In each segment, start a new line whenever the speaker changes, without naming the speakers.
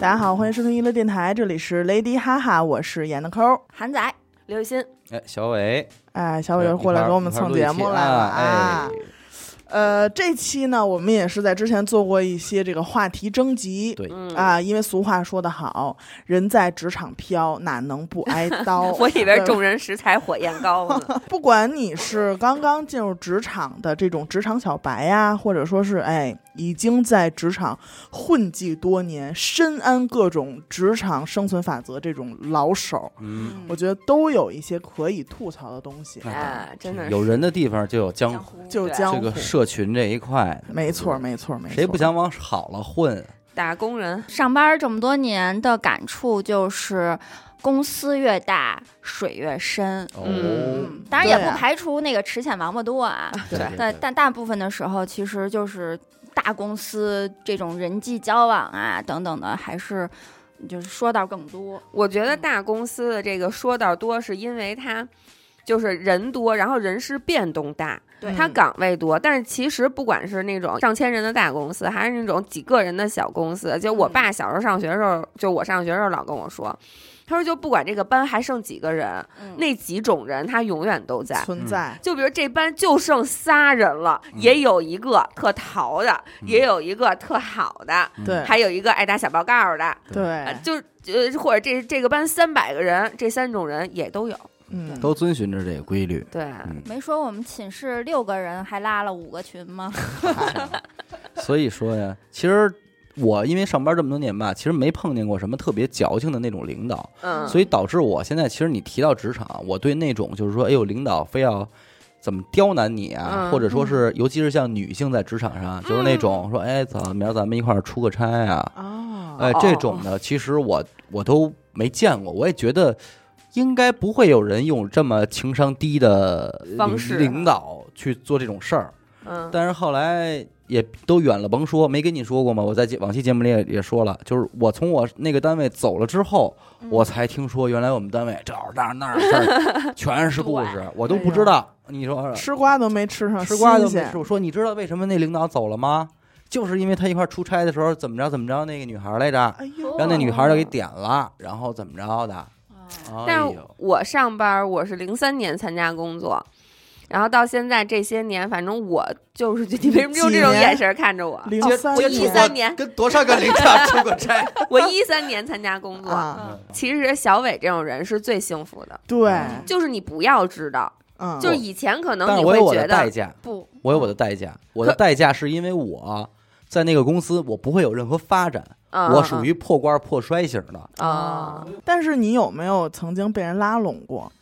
大家好，欢迎收听娱乐电台，这里是雷迪哈哈，我是演的抠儿。
韩仔、刘雨欣，
哎，小伟，
哎，小伟又过来给我们蹭节目来了
啊！哎，
呃，这期呢，我们也是在之前做过一些这个话题征集。
对，
嗯，
啊，因为俗话说得好，人在职场飘，哪能不挨刀
？我以为众人拾柴火焰高 呢。
不管你是刚刚进入职场的这种职场小白呀、或者说是哎已经在职场混迹多年、深谙各种职场生存法则这种老手，
嗯，
我觉得都有一些可以吐槽的东西。
哎
啊，真的是
有人的地方就有江
江
湖，
湖
就是
对
江湖
这个社群这一块，
没错，没错，没错。
谁不？想往好了混？
打工人，
上班这么多年的感触就是，公司越大水越深。
哦，
嗯，
当然也
对啊
不排除那个池浅王八多啊，
对对
但
对
但大部分的时候其实就是大公司这种人际交往啊等等的，还是就是说道更多。
我觉得大公司的这个说道多，是因为它就是人多，然后人事变动大，
对
嗯
它岗位多。但是其实不管是那种上千人的大公司，还是那种几个人的小公司，就我爸小时候上学的时候，就我上学的时候老跟我说，他说就不管这个班还剩几个人，
嗯
那几种人他永远都在。
存在。
就比如这班就剩仨人了，
嗯
也有一个特淘的，
嗯
也有一个特好的，
嗯哎
对
还有一个爱打小报告的，呃
对，
就呃或者这这个班三百个人，这三种人也都有。
嗯，
都遵循着这个规 律。
对，
嗯，
没说我们寝室六个人还拉了五个群吗？
所以说呀，其实我因为上班这么多年吧，其实没碰见过什么特别矫情的那种领导，
嗯，
所以导致我现在其实你提到职场，啊我对那种就是说，哎呦，领导非要。怎么刁难你啊？
嗯
或者说是，尤其是像女性在职场上，啊就是那种说，哎，操，明儿咱们一块儿出个差啊，
哦，
哎，这种呢，其实我我都没见过，我也觉得应该不会有人用这么情商低的
方
领
式啊
领导去做这种事儿。
嗯，
但是后来也都远了，甭说，没跟你说过吗？我在节往期节目里也也说了，就是我从我那个单位走了之后，
嗯
我才听说原来我们单位这儿那儿那儿的事儿 全是故事，我都不知道。你说
吃瓜都没吃上，
吃瓜都
新
没
鲜
吃。我说你知道为什么那领导走了吗？就是因为他一块儿出差的时候怎么着怎么着那个女孩儿来着，
哎呦，
让那女孩儿就给点了，然后怎么着的？哎
哦但
呦，
我上班我是零三年参加工作。然后到现在这些年，反正我就是觉得你为什么用这种
几年
眼神看着我？
零
接
三
我
接
年，
触
一
过
三年
跟多少个领导出过差？
我一三年参加工作，
嗯
啊，
其实小伟这种人是最幸福的，
对，
嗯
就是你不要知道，
嗯，
就是以前可 能
但
你
是我
会
有我
觉
的代
得，
价，
不，
我有我的代价，我的代价是因为我。在那个公司，我不会有任何发展，
嗯
我属于破罐破摔型的。
啊，嗯
但是你有没有曾经被人拉拢过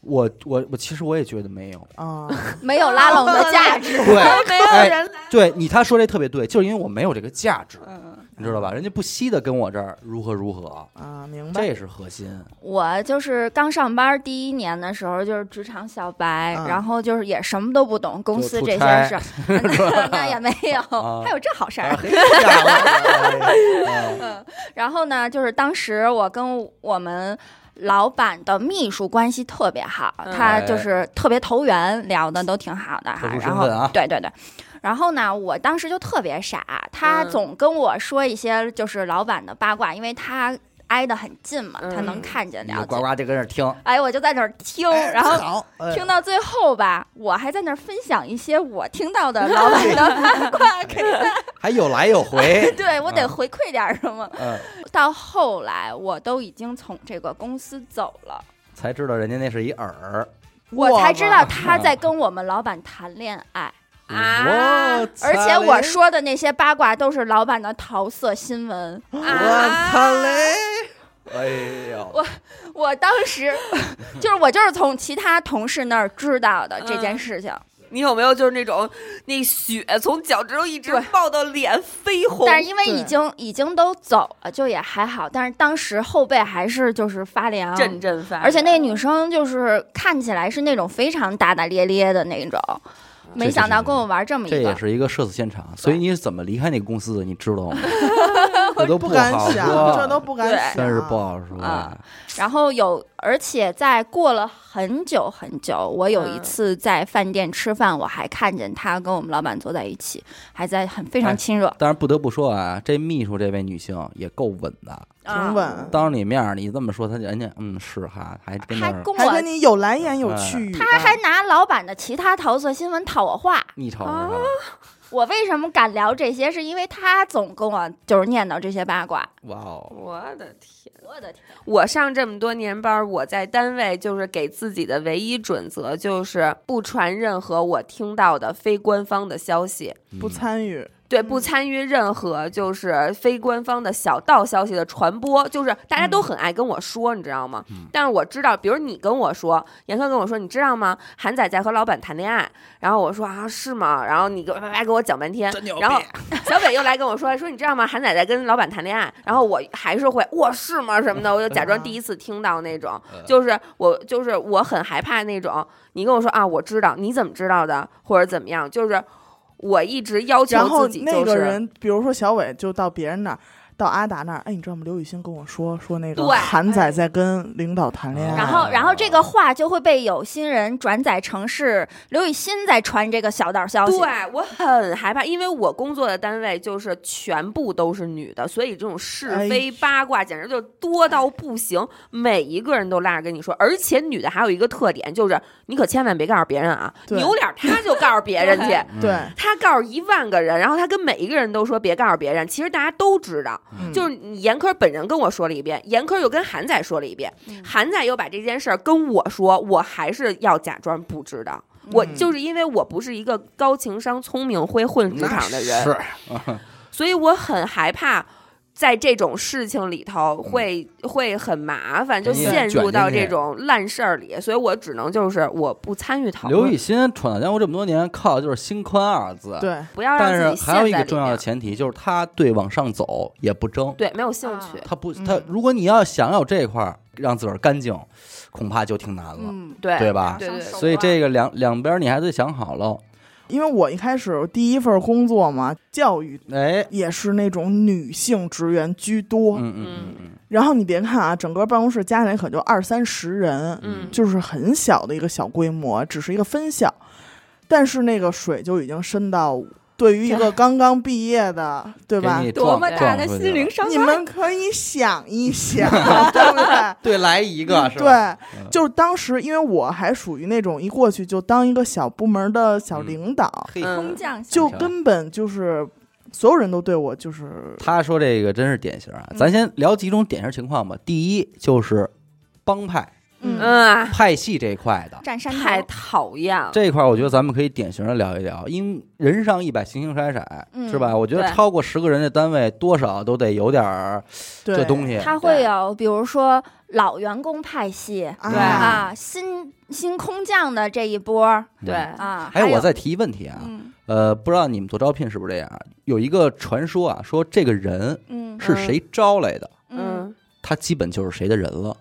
我我我，其实我也觉得没有。
啊？
没有拉拢的价值。
对
没有人
对，你他说这特别对，就是因为我没有这个价值，
嗯，
你知道吧？人家不惜的跟我这儿如何如何，
啊，明白。
这是核心。
我就是刚上班第一年的时候，就是职场小白，
嗯
然后就是也什么都不懂公司
就
这些
出差
事儿， 那那也没有，
啊
还有这好事儿
哎。
嗯
呀
然后呢，就是当时我跟我们老板的秘书关系特别好，
嗯
他就是特别投缘，聊的都挺好的
特
哈
哎殊。身
然后、
份啊
对对对。然后呢，我当时就特别傻，他
嗯
总跟我说一些就是老板的八卦，因为他挨得很近嘛，他
嗯
能看见
你
了解
就哎呱。呱就跟那儿听，
哎，我就在那儿听， 然后
好，哎
听到最后吧，我还在那儿分享一些我听到的老板的八 卦给他，，
还有来有回
对我得
嗯
回馈点儿什么。
嗯，
到后来，我都已经从这个公司走了，
才知道人家那是一饵。
我才知道
哇
他在跟我们老板谈恋爱，
啊
我操
而
嘞
且我，说的那些八卦都是老板的桃色新闻。
哎我操
啊！
嘞！哎呦，
我我当 时就是我就是从其他同事那儿知道的这件
嗯
事 情，
你有没有就是那种那血从脚趾头一直冒到脸绯红？
但是因为
对
已经已经都走了，就也还好。但是当时后背还是就是发凉，
阵阵发，
而且那女生就是看起来是那种非常大大咧咧的那种，
嗯
没想到跟我玩这么
这
一个
也。是一个社死现场，所以你是怎么离开那个公司的？你知道吗？这都
不敢
好
想，
说，
这都不敢
对
想，
真是不好说
啊然后有而且在过了很久很久，我有一
嗯
次在饭店吃饭，我还看见他跟我们老板坐在一起，还在很非常
哎
亲热，
但是不得不说啊，这秘书这位女性也够稳的，
嗯挺稳，
嗯
当着你面儿你这么说，她人家嗯是哈，还跟那
还
儿
跟
还
我
跟你有来言
嗯
有去语的，
他还拿老板的其他桃色新闻套我话。
逆潮
啊
是吧？
我为什么敢聊这些？是因为他总跟我就是念叨这些八卦。
哇哦，
我的天！
我的天，
我上这么多年班儿，我在单位就是给自己的唯一准则就是不传任何我听到的非官方的消息，
不
猜，
参与，
对，不参与任何就是非官方的小道消息的传播。就是大家都很爱跟我说，你知道吗？但是我知道，比如你跟我说，严科跟我说，你知道吗？韩仔在和老板谈恋爱，然后我说啊是吗？然后你给我叭叭给我讲半天，然后 小北又来跟我说，说你知道吗？韩仔在跟老板谈恋爱，然后我还是会，我是吗？什么的，我就假装第一次听到那种，
呃
就是我就是我很害怕那种，你跟我说啊，我知道，你怎么知道的，或者怎么样，就是我一直要
然
求
后
自己
那
就
个
是。
人，比如说小伟，就到别人那儿，到阿达那儿，哎，你知道吗？刘雨欣跟我说说那个
对
韩仔在跟领导谈
哦
恋爱，
然后，然后这个话就会被有心人转载成是刘雨欣在传这个小道消息。
对，我很害怕，因为我工作的单位就是全部都是女的，所以这种是
哎
非八卦简直就多到不行，每一个人都拉着跟你说。而且女的还有一个特点，就是你可千万别告诉别人啊，
对
扭脸儿她就告诉别人去，
嗯
对，
他告诉一万个人，然后他跟每一个人都说别告诉别人，其实大家都知道。
嗯
就是你严科本人跟我说了一遍，严科又跟韩仔说了一遍，
嗯
韩仔又把这件事儿跟我说，我还是要假装不知道。我
嗯
就是因为我不是一个高情商、聪明、会混职场的人，
嗯是
所以我很害怕。在这种事情里头会、会很麻烦，就
嗯你也
陷
卷
入
进
到
去
这种烂事儿里，所以我只能就是我不参与讨
刘
论
雨，欣闯荡江湖这么多年，靠的就是心宽二字。，
对，
不要让
但
自己
是
陷
还有一
在
个
里
重要的
面
前提就是她对往上走也不争。
对，没有兴趣。
她不，
嗯
她如果你要想有这一块儿让自个儿干净，恐怕就挺难了，
嗯，
对
对吧？
对对对
所以这个两两边你还得想好喽。
因为我一开始第一份工作嘛，教育
哎，
也是那种女性职员居多，
嗯嗯嗯嗯，
然后你别看啊，整个办公室加起来可就二三十人，
嗯
就是很小的一个小规模，只是一个分校，但是那个水就已经深到对于一个刚刚毕业的，对吧
给？你撞撞出去了
伤
你们可以想一 想，对不对？
对，来一个是吧？
嗯
嗯
对，就是当时，因为我还属于那种一过去就当一个小部门的小领导，
对嘿，
嗯，
将
就
小
根本就是所有人都对我就是
他说这个真是典型啊。咱先聊几种典型情况吧。第一就是帮派
嗯
嗯啊，
派系这一块的，
占山
太
头，
讨厌了。
这一块儿，我觉得咱们可以典型的聊一聊，因为人上一百，形形色色，
嗯
是吧？我觉得
对
超过十个人的单位，多少都得有点儿
对
这东西。
他会有比如说老员工派系
啊
对
啊，新新空降的这一波儿
嗯
对，
啊，
还有
有
我再提一问题啊，
嗯
呃，不知道你们做招聘是不是这样啊？有一个传说啊，说这个人
嗯
是谁招来的，
嗯
嗯，
他基本就是谁的人了，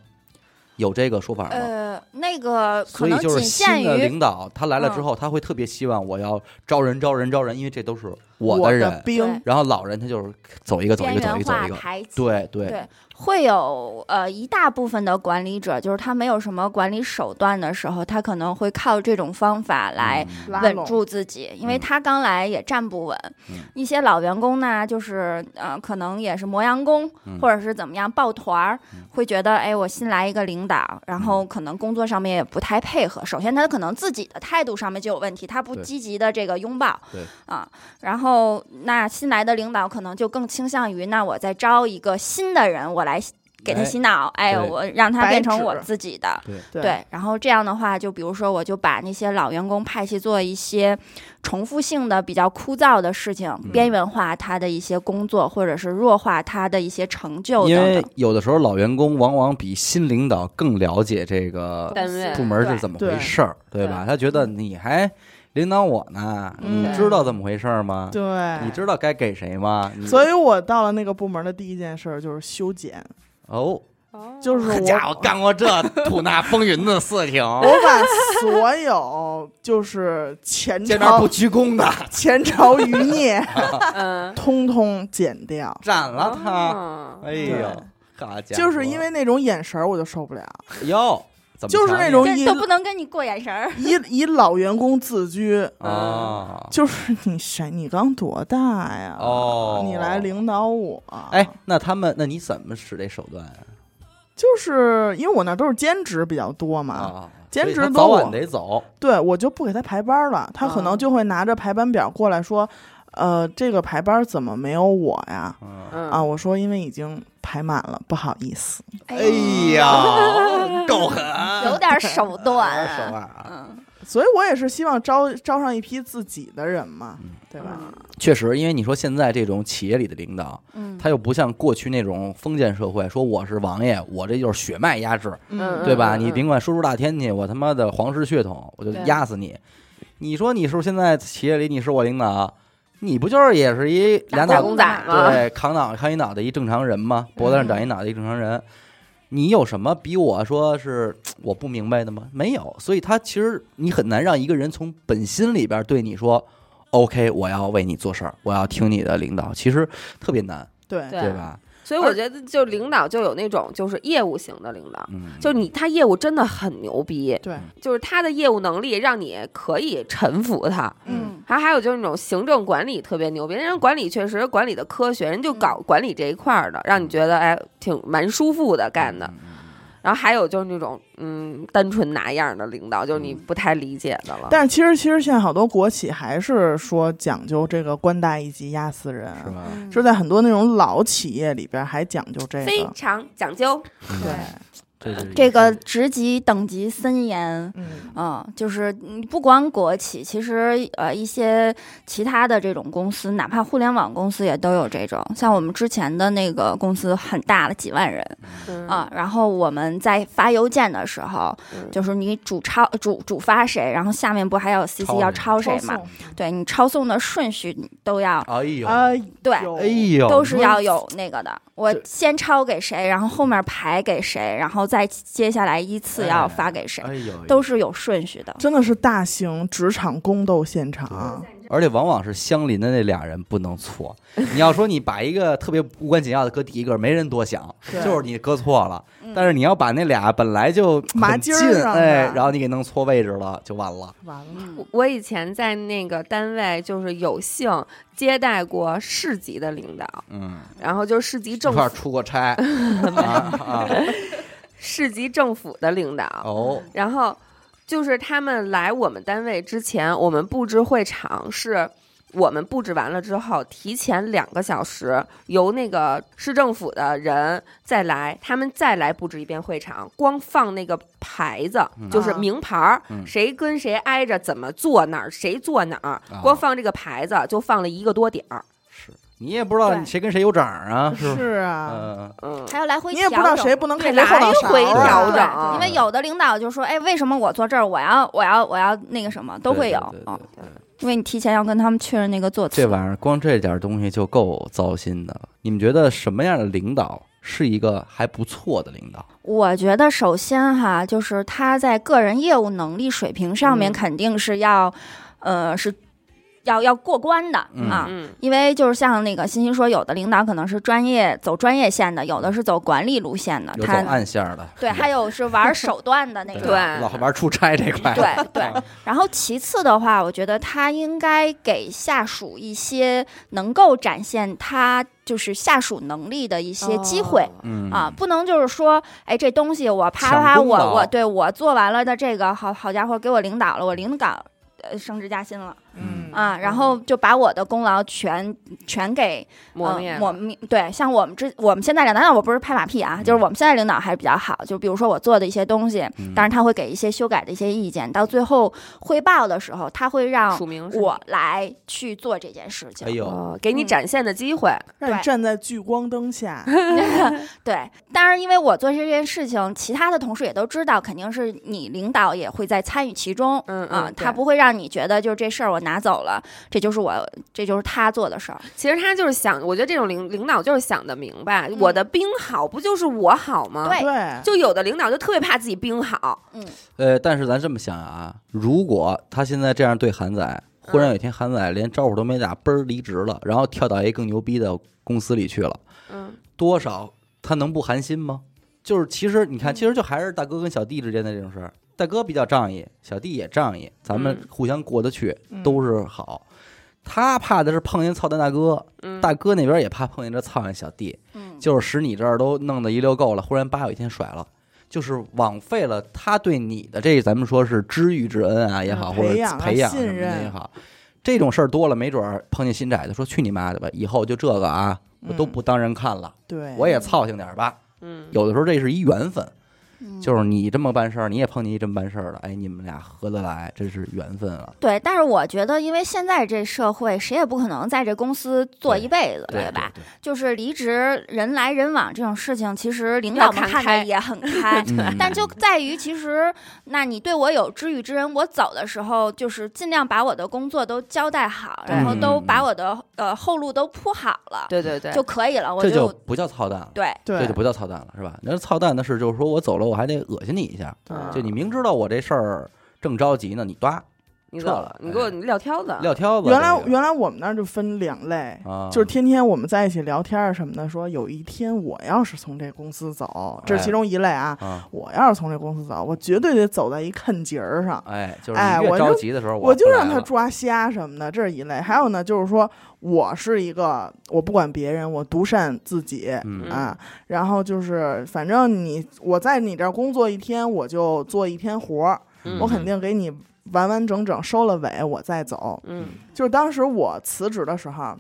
有这个说法吗？
呃，那个可
所以
能
就是
仅限
新的
于嗯
领导，他来了之后，他会特别希望我要招人、招人、招人，因为这都是
我
的人。
兵
对，
然后老人他就是走一个走
边
一个走一
缘
个走
化
一个，
排挤。
对对，
对，会有呃一大部分的管理者，就是他没有什么管理手段的时候，他可能会靠这种方法来
嗯
拉
稳
拢
住自己，因为
嗯
他刚来也站不稳。
嗯
一些老员工呢，就是呃，可能也是磨洋工，
嗯
或者是怎么样抱团儿，
嗯
会觉得哎，我新来一个领导，然后可能工作上面也不太配合。首先，他可能自己的态度上面就有问题，他不
对
积极的这个拥抱，
对
啊，然后那新来的领导可能就更倾向于，那我再招一个新的人，我来给他
哎
洗脑，哎，
对
我让他
白
变成我
纸
自己的，
对
对，然后这样的话，就比如说，我就把那些老员工派系做一些重复性的、比较枯燥的事情，边缘化他的一些工作，或者是弱化他的一些成就
因
等
为
等。
有的时候老员工往往比新领导更了解这个
单位
部门是
对
怎么
对
回事儿，对吧？他觉得你还领导我呢，
嗯
你知道怎么回事儿吗？
对
你知道该给谁吗？你
所以我到了那个部门的第一件事儿就是修剪，
哦，
就
哦
是
好
我
家伙，干 过这吐纳风云的事情，
我把所有就是前
见面
朝
不鞠躬的，
前朝余孽
嗯，
通通剪掉。
斩了他！
哦
哎
对
呦，好家伙，
就是因为那种眼神儿我就受不了，
哟，怎么
就是那
强
种
这
以
都不能跟你过眼神儿。
以以老员工自居，
烈啊？
就是你谁你刚多大呀？
哦
啊你来领导我，
哎，，那他们，那你怎么使这手段啊
就是因为我那都是兼职比较多嘛，
啊？
兼
所以
职
他
都
早晚
我
得走，
对我就不给他排班了，他可
啊
能就会拿着排班表过来说，呃，这个排班怎么没有我呀？
嗯，
嗯
啊，我说因为已经排满了，不好意思。
哎 呀，够狠，
啊
有点手段，
手腕啊！
嗯，
所以我也是希望招招上一批自己的人嘛，对吧？
嗯
确实，因为你说现在这种企业里的领导，
嗯
他又不像过去那种封建社会，说我是王爷，我这就是血脉压制，
嗯
对吧？
嗯
你甭管说出大天去，我他妈的皇室血统，我就
对
压死你。你说你是不是现在企业里你是我领导，你不就是也是一俩
打
脑
工仔嘛，
对，扛脑扛一脑袋一正常人嘛，脖子上长一脑袋一正常人。你有什么比我说是我不明白的吗？没有，所以他其实你很难让一个人从本心里边对你说，OK，我要为你做事儿，我要听你的领导，其实特别难，
对
对
对吧？
所以我觉得就领导就有那种就是业务型的领导。
嗯，
就你，他业务真的很牛逼，
对
就是他的业务能力让你可以臣服他。
嗯，
嗯
还还有就是那种行政管理特别牛逼，人家管理确实管理的科学，人就搞管理这一块儿的，让你觉得哎挺蛮舒服的干
嗯
的。然后还有就是那种嗯单纯拿样儿的领导，就是你不太理解的了。
但是其实其实现在好多国企还是说讲究这个官大一级压死人，
是吧？
嗯
就在很多那种老企业里边还讲究这
非
个。
常讲究，
对，
这就是
这个职级等级森严。
嗯，
嗯，就是你不光国企，其实呃一些其他的这种公司，哪怕互联网公司也都有这种。像我们之前的那个公司很大了，几万人
嗯
啊、，然后我们在发邮件的时候，
嗯
就是你主抄主主发谁，然后下面不还有 CC
抄
要
谁
抄谁
抄
嘛
送？
对你抄送的顺序你都要
哎呦，
哎
对，
呦
哎呦，
都是要有那个的。我
这
先抄给谁，然后后面排给谁，然后再接下来依次要
哎
发给谁，
哎呦，
都
是，
是有顺序的。
真的是大型职场宫斗现场。
而且往往是相邻的那俩人不能错。你要说你把一个特别无关紧要的搁第一个，没人多想，
对
就是你搁错了。
嗯
但是你要把那俩本来就
麻
很
筋儿
近
上
哎
的，
然后你给弄错位置了，就完了。
完了，
我我以前在那个单位就是有幸接待过市级的领导，
嗯，
然后就是市级
一
政
块儿
府、
出过差啊啊
市级政府的领导，
哦，
然后就是他们来我们单位之前，我们布置会场是。我们布置完了之后，提前两个小时由那个市政府的人再来，他们再来布置一遍会场，光放那个牌子，
嗯
就是
啊
名牌儿，
嗯
谁跟谁挨着，怎么坐哪儿，谁坐哪儿
啊，
光放这个牌子就放了一个多点儿。
是你也不知道
对
谁跟谁有掌啊，是不是？
是啊，
嗯，
嗯，
还要来回
你
调
也
整，
不知道谁不能看谁
来
后脑勺
回
啊
调整
对因为有的领导就说：“哎，为什么我坐这儿？我要，我要，我要那个什么，都会有。
对对
嗯
对对对
因为你提前要跟他们确认那个座
这
次。
玩意儿光这点东西就够糟心的了。你们觉得什么样的领导是一个还不错的领导？
我觉得首先哈，就是他在个人业务能力水平上面
嗯
肯定是要，呃，是要要过关的
嗯
啊。
嗯
因为就是像那个欣欣说，有的领导可能是专业走专业线的，有的是走管理路线的，
有走
他
暗线儿的，
对，还有是玩手段 的那种。
对
老玩出差这块，
对对，然后其次的话，我觉得他应该给下属一些能够展现他就是下属能力的一些机
哦
会。
嗯
啊，，不能就是说，哎，这东西我啪
抢
啪
功
我
劳
我对我做完了的这个，好好家伙，给我领导了，我领导呃升职加薪了
嗯
啊，然后就把我的功劳全全给
磨
嗯
灭
抹
了
灭对，像我们之我们现在领导，当然我不是拍马屁啊，就是我们现在领导还是比较好。就比如说我做的一些东西，
嗯
当然他会给一些修改的一些意见，到最后汇报的时候，他会让
署名是
我来去做这件事情。
哎呦，
哦，给你
嗯
展现的机会，
让你
对
站在聚光灯下，
对，当然因为我做这件事情，其他的同事也都知道，肯定是你领导也会在参与其中。
嗯
啊、
嗯
他
对
不会让你觉得就是这事儿我拿走了，这就是我这就是他做的事儿。
其实他就是想，我觉得这种领领导就是想的明白，我的兵好不就是我好吗？
嗯对
对，
就有的领导就特别怕自己兵好，
呃，但是咱这么想啊，如果他现在这样对韩仔，忽
嗯
然有一天韩仔连招呼都没打，嘣儿离职了，然后跳到一更牛逼的公司里去了，
嗯，
多少他能不寒心吗？就是其实你看，其实就还是大哥跟小弟之间的这种事儿，大哥比较仗义，小弟也仗义，咱们
嗯
互相过得去，
嗯
都是好。他怕的是碰见操蛋大哥，
嗯，
大哥那边也怕碰见这操蛋小弟，
嗯，
就是使你这儿都弄得一溜够了，忽然叭有一天甩了，就是枉费了他对你的这咱们说是知遇之恩啊也好，
嗯
或者
培养啊
培养
信
什么的
任
也好，这种事儿多了，没准儿碰见新窄的说去你妈的吧，以后就这个啊，我都
嗯
不当人看了，
对，
我也操性点儿吧。
嗯，
有的时候这是一缘分，
嗯
就是你这么办事儿，你也碰见一这么办事儿的，哎，你们俩合得来，真是缘分啊。
对，但是我觉得，因为现在这社会，谁也不可能在这公司做
对
一辈子，
对
吧？
对。
就是离职人来人往这种事情，其实领导们
要看
看
开
的也很开
嗯
但就在于，其实，那你对我有知遇之恩，我走的时候就是尽量把我的工作都交代好，然后
嗯
都
嗯
把
嗯
我的呃后路都铺好了
对对对，
就可以了。我
这就
就
不叫操蛋了，
对，
对
这就不叫操蛋了，是吧？那操蛋的是，就是说我走了，我还得恶心你一下，
嗯
就你明知道我这事儿正着急呢，你抓
你
撤
走
了
了，你给我
哎
撂挑子，
撂挑子这
啊原
个。
来原来我们那儿就分两类，
啊，
就是天天我们在一起聊天儿什么的，说有一天我要是从这公司走，这是其中一类啊。
啊，
我要是从这公司走，我绝对得走在一坑节儿上，
哎，就是
哎
你越
我
着
就
急的时候，
我就
不
让
来
他
了
抓瞎什么的，这是一类。还有呢，就是说我是一个我不管别人，我独善自己。
嗯
嗯
啊，然后就是，反正你我在你这儿工作一天，我就做一天活儿，
嗯
我肯定给你完完整整收了尾，我再走。
嗯
就是当时我辞职的时候，啊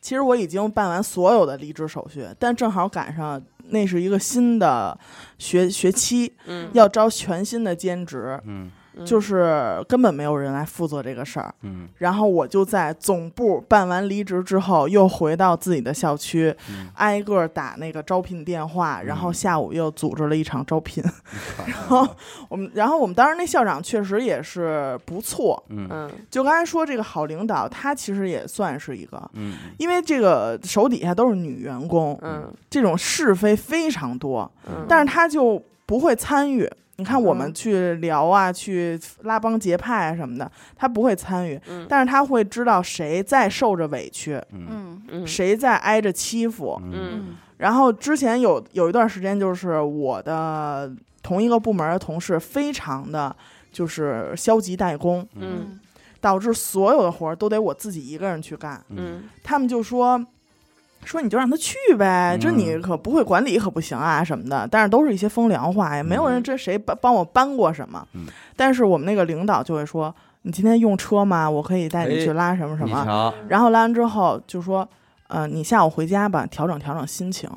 其实我已经办完所有的离职手续，但正好赶上那是一个新的学学期，
嗯，
要招全新的兼职，
嗯
嗯
就是根本没有人来负责这个事儿。
嗯
然后我就在总部办完离职之后，又回到自己的校区，
嗯，
挨个打那个招聘电话，然后下午又组织了一场招聘。
嗯
我们，然后我们当时那校长确实也是不错，
嗯
嗯
就刚才说这个好领导，他其实也算是一个，
嗯
因为这个手底下都是女员工，
嗯
这种是非非常多，
嗯，
但是她就不会参与。你看我们
嗯
去聊啊，去拉帮结派啊什么的，她不会参与，
嗯
但是她会知道谁在受着委屈，
嗯
嗯
嗯
谁在挨着欺负。
嗯
嗯
然后之前有有一段时间，就是我的同一个部门的同事非常的就是消极怠工，
嗯
导致所有的活儿都得我自己一个人去干。
嗯
嗯
他们就说说你就让他去呗，
嗯
这你可不会管理可不行啊什么的。但是都是一些风凉话，也没有人
嗯
这谁帮帮我搬过什么。
嗯
但是我们那个领导就会说，你今天用车吗？我可以带你去拉什么什
哎你
么。嗯
瞧，
然后拉完之后就说，呃，你下午回家吧，调整调整心情。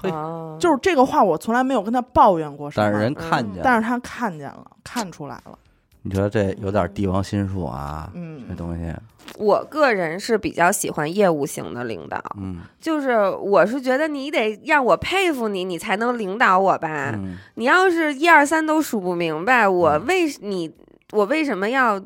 嘿
哦
就是这个话，我从来没有跟他抱怨过什么。
但是人看见，
嗯但是他看见了，看出来了，
你觉得这有点帝王心术啊，这
嗯，
东西，
我个人是比较喜欢业务型的领导，
嗯
就是我是觉得你得让我佩服你，你才能领导我吧。
嗯
你要是一二三都数不明白，我为你我为什么要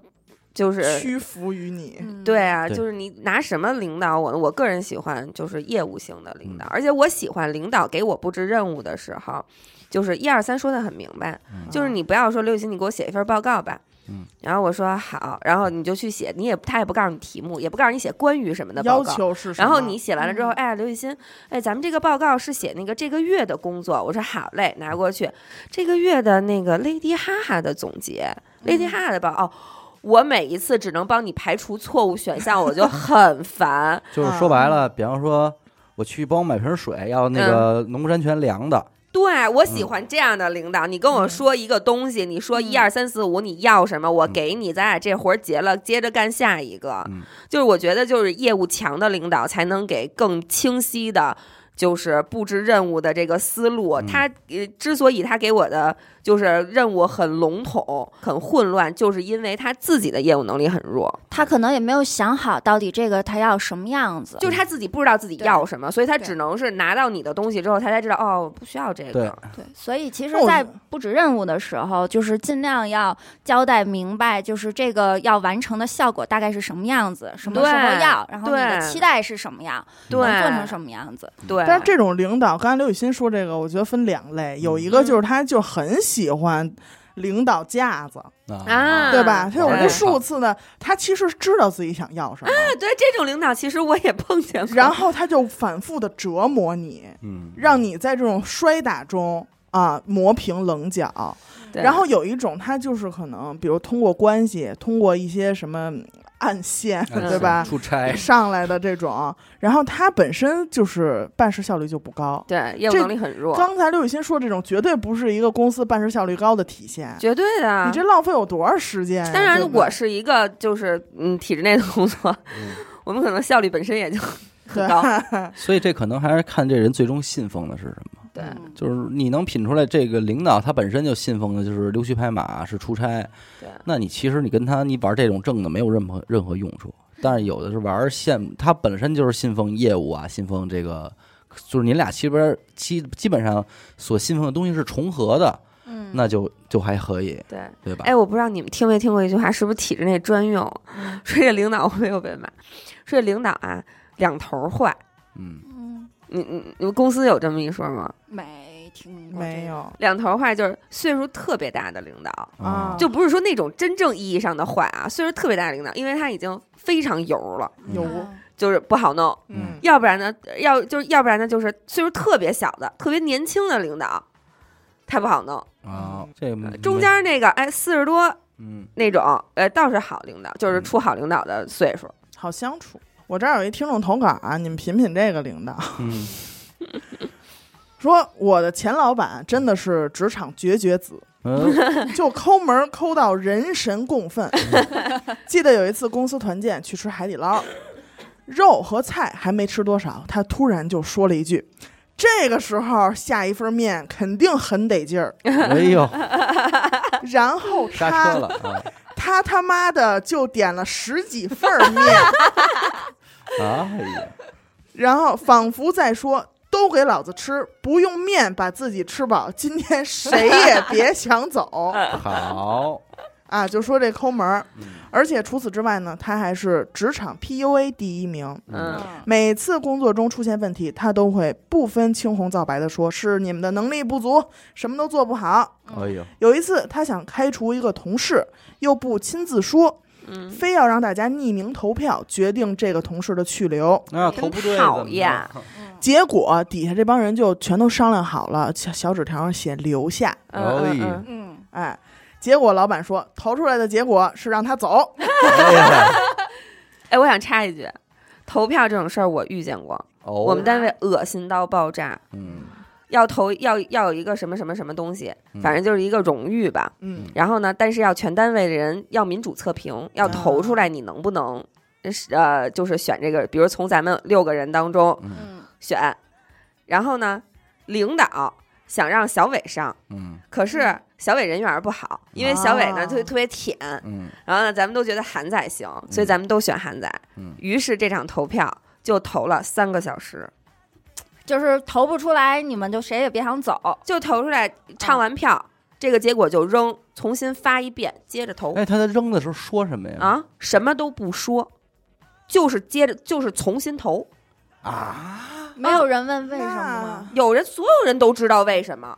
就是
屈服于你，
嗯
对啊，
对
就是你拿什么领导我呢？我个人喜欢就是业务型的领导，
嗯
而且我喜欢领导给我布置任务的时候，就是一二三说的很明白，
嗯
就是你不要说刘雨欣，你给我写一份报告吧。
嗯，
然后我说好，然后你就去写，你也他也不告诉你题目，也不告诉你写关于什么的报
要
告，
求是什么？
然后你写完了之后，
嗯
哎，刘雨欣，哎，咱们这个报告是写那个这个月的工作。我说好嘞，拿过去。这个月的那个 Lady 哈哈的总结、l a
嗯
d y 哈哈的报哦，我每一次只能帮你排除错误选项，我就很烦。
就是说白了，比方说我去帮我买瓶水，要
嗯
那个农夫山泉凉的，
对我喜
嗯
欢这样的领导，你跟我说一个东西，你说一二三四五你要什么，我给你，咱俩这活儿结了，接着干下一个。
嗯
就是我觉得，就是业务强的领导才能给更清晰的，就是布置任务的这个思路。
嗯
他呃，之所以他给我的就是任务很笼统、很混乱，就是因为他自己的业务能力很弱，
他可能也没有想好到底这个他要什么样子。
就是他自己不知道自己
对
要什么，所以他
对
只能是拿到你的东西之后，他才知道哦，不需要
哎
这
对
个。
对，所以其实
那我，
在布置任务的时候，就是尽量要交代明白，就是这个要完成的效果大概是什么样子，什么时候
对
要，然后你的
对
期待是什么样，
对，
能做成什么样子。
对，
但是
嗯
这种领导，刚才刘雨欣说这个，我觉得分两类，有一个就是他就很喜欢，领导架子，
啊
对吧？他有
对嗯
这数次呢，他其实知道自己想要什么，
对这种领导，其实我也碰见 过。
然后他就反复的折磨你，
嗯，
让你在这种摔打中啊磨平棱角。
对，
然后有一种他就是可能，比如通过关系，通过一些什么暗线，
嗯
对吧？
出差，
上来的这种，然后他本身就是办事效率就不高。
对业务
这
能力很弱，
刚才刘雨欣说这种绝对不是一个公司办事效率高的体现，
绝对的啊。
你这浪费有多少时间呀、
当然
对，不对
我是一个就是嗯体制内的工作，我们可能效率本身 也就很高。
啊嗯
所以这可能还是看这人最终信奉的是什么。
对，
嗯
就是你能品出来这个领导他本身就信奉的就是溜须拍马是出差，
对
那你其实你跟他你玩这种正的没有任何任何用处，但是有的是玩羡慕，他本身就是信奉业务啊，信奉这个，就是你俩其实基基本上所信奉的东西是重合的，
嗯，
那就就还可以，
对，
对吧？
哎，我不知道你们听没听过一句话，是不是体制内专用？
嗯
说这领导没有被骂，说这领导啊两头儿坏。
嗯，
嗯
你你你们公司有这么一说吗？
没听过，
没，有
两头儿坏就是岁数特别大的领导，
啊，
就不是说那种真正意义上的坏啊，岁数特别大的领导，因为他已经非常油了，
有
啊
就是不好弄。
嗯
要不然呢，要就是要不然呢，就是岁数特别小的、特别年轻的领导，太不好弄。
啊，这
呃中间那个哎四十多
嗯
那种，呃倒是好领导，就是出好领导的岁数。
好相处。我这儿有一听众投稿啊，你们品品这个领导，
嗯
说我的前老板真的是职场绝绝 子，
嗯
就抠门儿抠到人神共 愤。记得有一次公司团建去吃海底捞，肉和菜还没吃多少，他突然就说了一句：“这个时候下一份面肯定很得劲儿。
哎 呦，”
然后
刹车
他
了啊
他他妈的就点了十几份儿面，
啊！哎呀，
然后仿佛在说。都给老子吃，不用面把自己吃饱。今天谁也 别想走。
嗯好，
啊，就说这抠门儿
嗯，
而且除此之外呢，他还是职场 PUA 第一名。
嗯，
每次工作中出现问题，他都会不分青红皂白的说是你们的能力不足，什么都做不好。
嗯
哎呦，
有一次，他想开除一个同事，又不亲自说，
嗯，
非要让大家匿名投票决定这个同事的去留。
那
真
头不对，
讨
怎么着
厌嗯
嗯
结果底下这帮人就全都商量好了，小小纸条上写留下。
嗯
哎
嗯嗯
嗯，
哎，结果老板说投出来的结果是让他走。
哎呀，
哎，我想插一句，投票这种事儿我遇见过，
哦，
我们单位恶心到爆炸，
嗯，
要投要要有一个什么什么什么东西，
嗯
反正就是一个荣誉吧。
嗯
然后呢，但是要全单位的人要民主测评，要投出来你能不能，是呃，就是选这个，比如从咱们六个人当中
嗯
选，然后呢，领导想让小伟上，
嗯
可是小伟人缘不好，因为小伟呢
啊
特别特别舔，
嗯
然后呢，咱们都觉得韩仔行，所以咱们都选韩仔，
嗯
于是这场投票就投了三个小时，
就是投不出来，你们就谁也别想走。
哦就投出来，唱完票，这个结果就扔，重新发一遍，接着投。
哎，他在扔的时候说什么呀？
哦啊，什么都不说，就是接着就是重新投。
没有人问为什么吗？
有人所有人都知道为什么，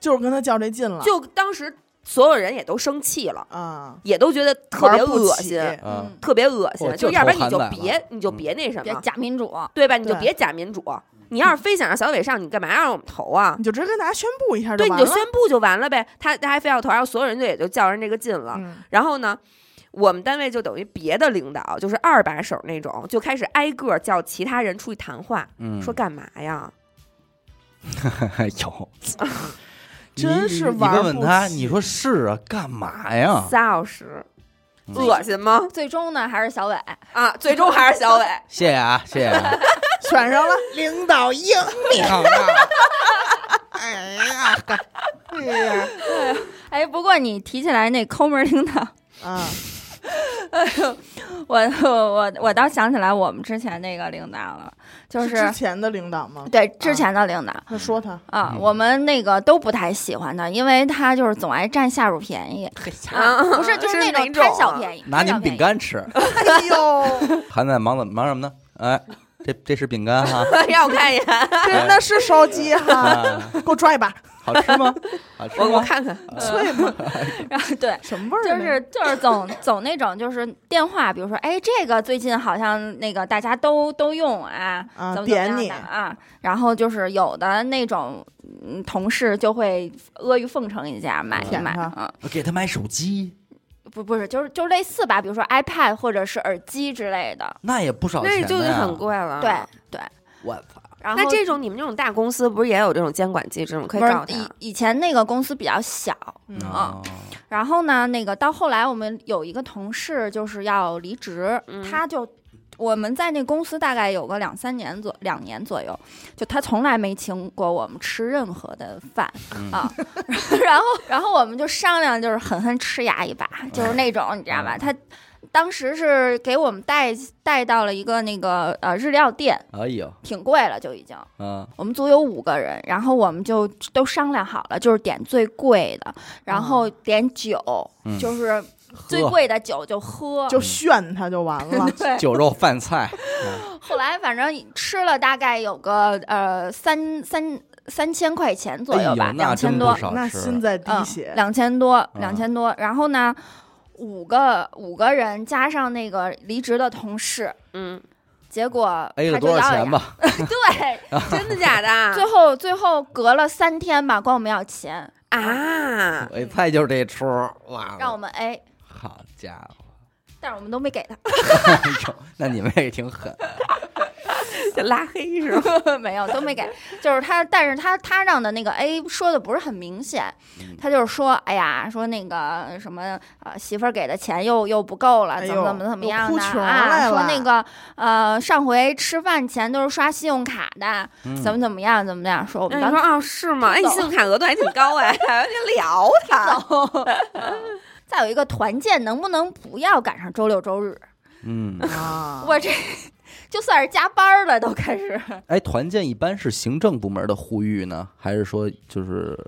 就是跟他较这劲了，
就当时所有人也都生气了，
啊，
也都觉得特别
玩不
恶
起
心，
啊，
嗯，
特别恶心。
我
就
就
要不然
投
你就
韩版
别你就
嗯
别那什
别
么，
假民主。
对吧？你就
对嗯
别假民主。你要是非想让小伟上，你干嘛让我们投啊
你？就直接跟大家宣布一下
对，你
嗯完
就
了。
宣布就完了呗。他他还非要投，然后所有人就也就较人这个劲了。
嗯
然后呢，我们单位就等于别的领导，就是二把手那种，就开始挨个叫其他人出去谈话，
嗯，
说干嘛呀？
有，
真
你
是
你
玩
问问
不
他，
起
你说是啊，干嘛呀？
仨小时，
嗯
恶心吗？
最终呢，还是小伟。
啊，最终还是小 伟。
谢谢啊，谢谢啊，
选上了，
领导 硬
你好
哎呀，干哎呀，
哎，不过你提起来那抠门领导，
啊，
我我我我倒想起来我们之前那个领导了，就是
之前的领导吗？
对之前的领导
他说他
啊、
嗯
我们那个都不太喜欢他，因为他就是总爱占下属便宜，
啊
不 是就是
是
那
哪
种贪
种
小
啊
便宜，
拿
贪
你
小
们
便宜。
饼干吃。
哎呦，
韩仔忙怎么忙什么呢？哎，这这是饼干哈。
让我看一眼，
这那是烧鸡哈，
啊，
给我抓一把。
好吃吗？好吃
我我
吗？
看看，
脆吗？然后 对，
什么味儿？
就是就是总总那种就是电话，比如说哎，这个最近好像那个大家都都用啊，
啊
怎么怎么
点
样
你
的啊，然后就是有的那种嗯同事就会阿谀奉承一下买一
舔
买，
他
嗯，
我给他买手机，
不不是就是就类似吧，比如说 iPad 或者是耳机之类的，
那也不少钱、
那
呀。
就已经很贵了。
啊
对对，
我操！
然后
那这种你们这种大公司不是也有这种监管机制吗？可以
不是
告他。
以以前那个公司比较小，
啊，
然后呢，那个到后来我们有一个同事就是要离职，
嗯
他就我们在那公司大概有个两三年左两年左右，就他从来没请过我们吃任何的饭、
嗯
啊。 然后然后我们就商量，就是狠狠吃牙一把，就是那种你知道吧？他当时是给我们带带到了一个那个呃日料店，
哎呦，
挺贵了就已经。
嗯，
我们组有五个人，然后我们就都商量好了，就是点最贵的，然后点酒，
嗯
就是最
喝
贵的酒就喝。。
就炫他就完了
对，
酒肉饭菜，
后来反正吃了大概有个呃三三三千块钱左
哎呦
右吧，，
那
两
真
千
不
多，
少
那
吃
心在滴
嗯
血，，
两千多，
嗯
两千多。然后呢，五个五个人加上那个离职的同事，
嗯，
结果
A
他
了
就
哎多
要
少
了
钱
呀？
吧？
对，
真的假的？
最后最后隔了三天吧，管我们要钱，
啊，
我一猜就是这出，哇，哦
让我们 A。
好家伙，
但是我们都没给他，
哎呦，那你们也 挺狠，
就拉黑是吧？
没有都没给，就是他，但是他他让的那个 A 说的不是很明显
嗯，
他就是说，哎呀，说那个什么呃媳妇儿给的钱又又不够了，
哎
怎
呦
么怎么怎么
又
样
哭
的
穷来
啊，说
了
那个呃上回吃饭钱都是刷信用卡的，
嗯
怎么怎么样怎么怎么样，说我
那
们当
你说
时
哦，是吗？哎，你
走
信用卡额度还挺高哎，你聊他。啊
再有一个团建能不能不要赶上周六周日，
嗯，
啊，
我这 就算是加班儿了都开始，
哎，团建一般是行政部门的呼吁呢，还是说就是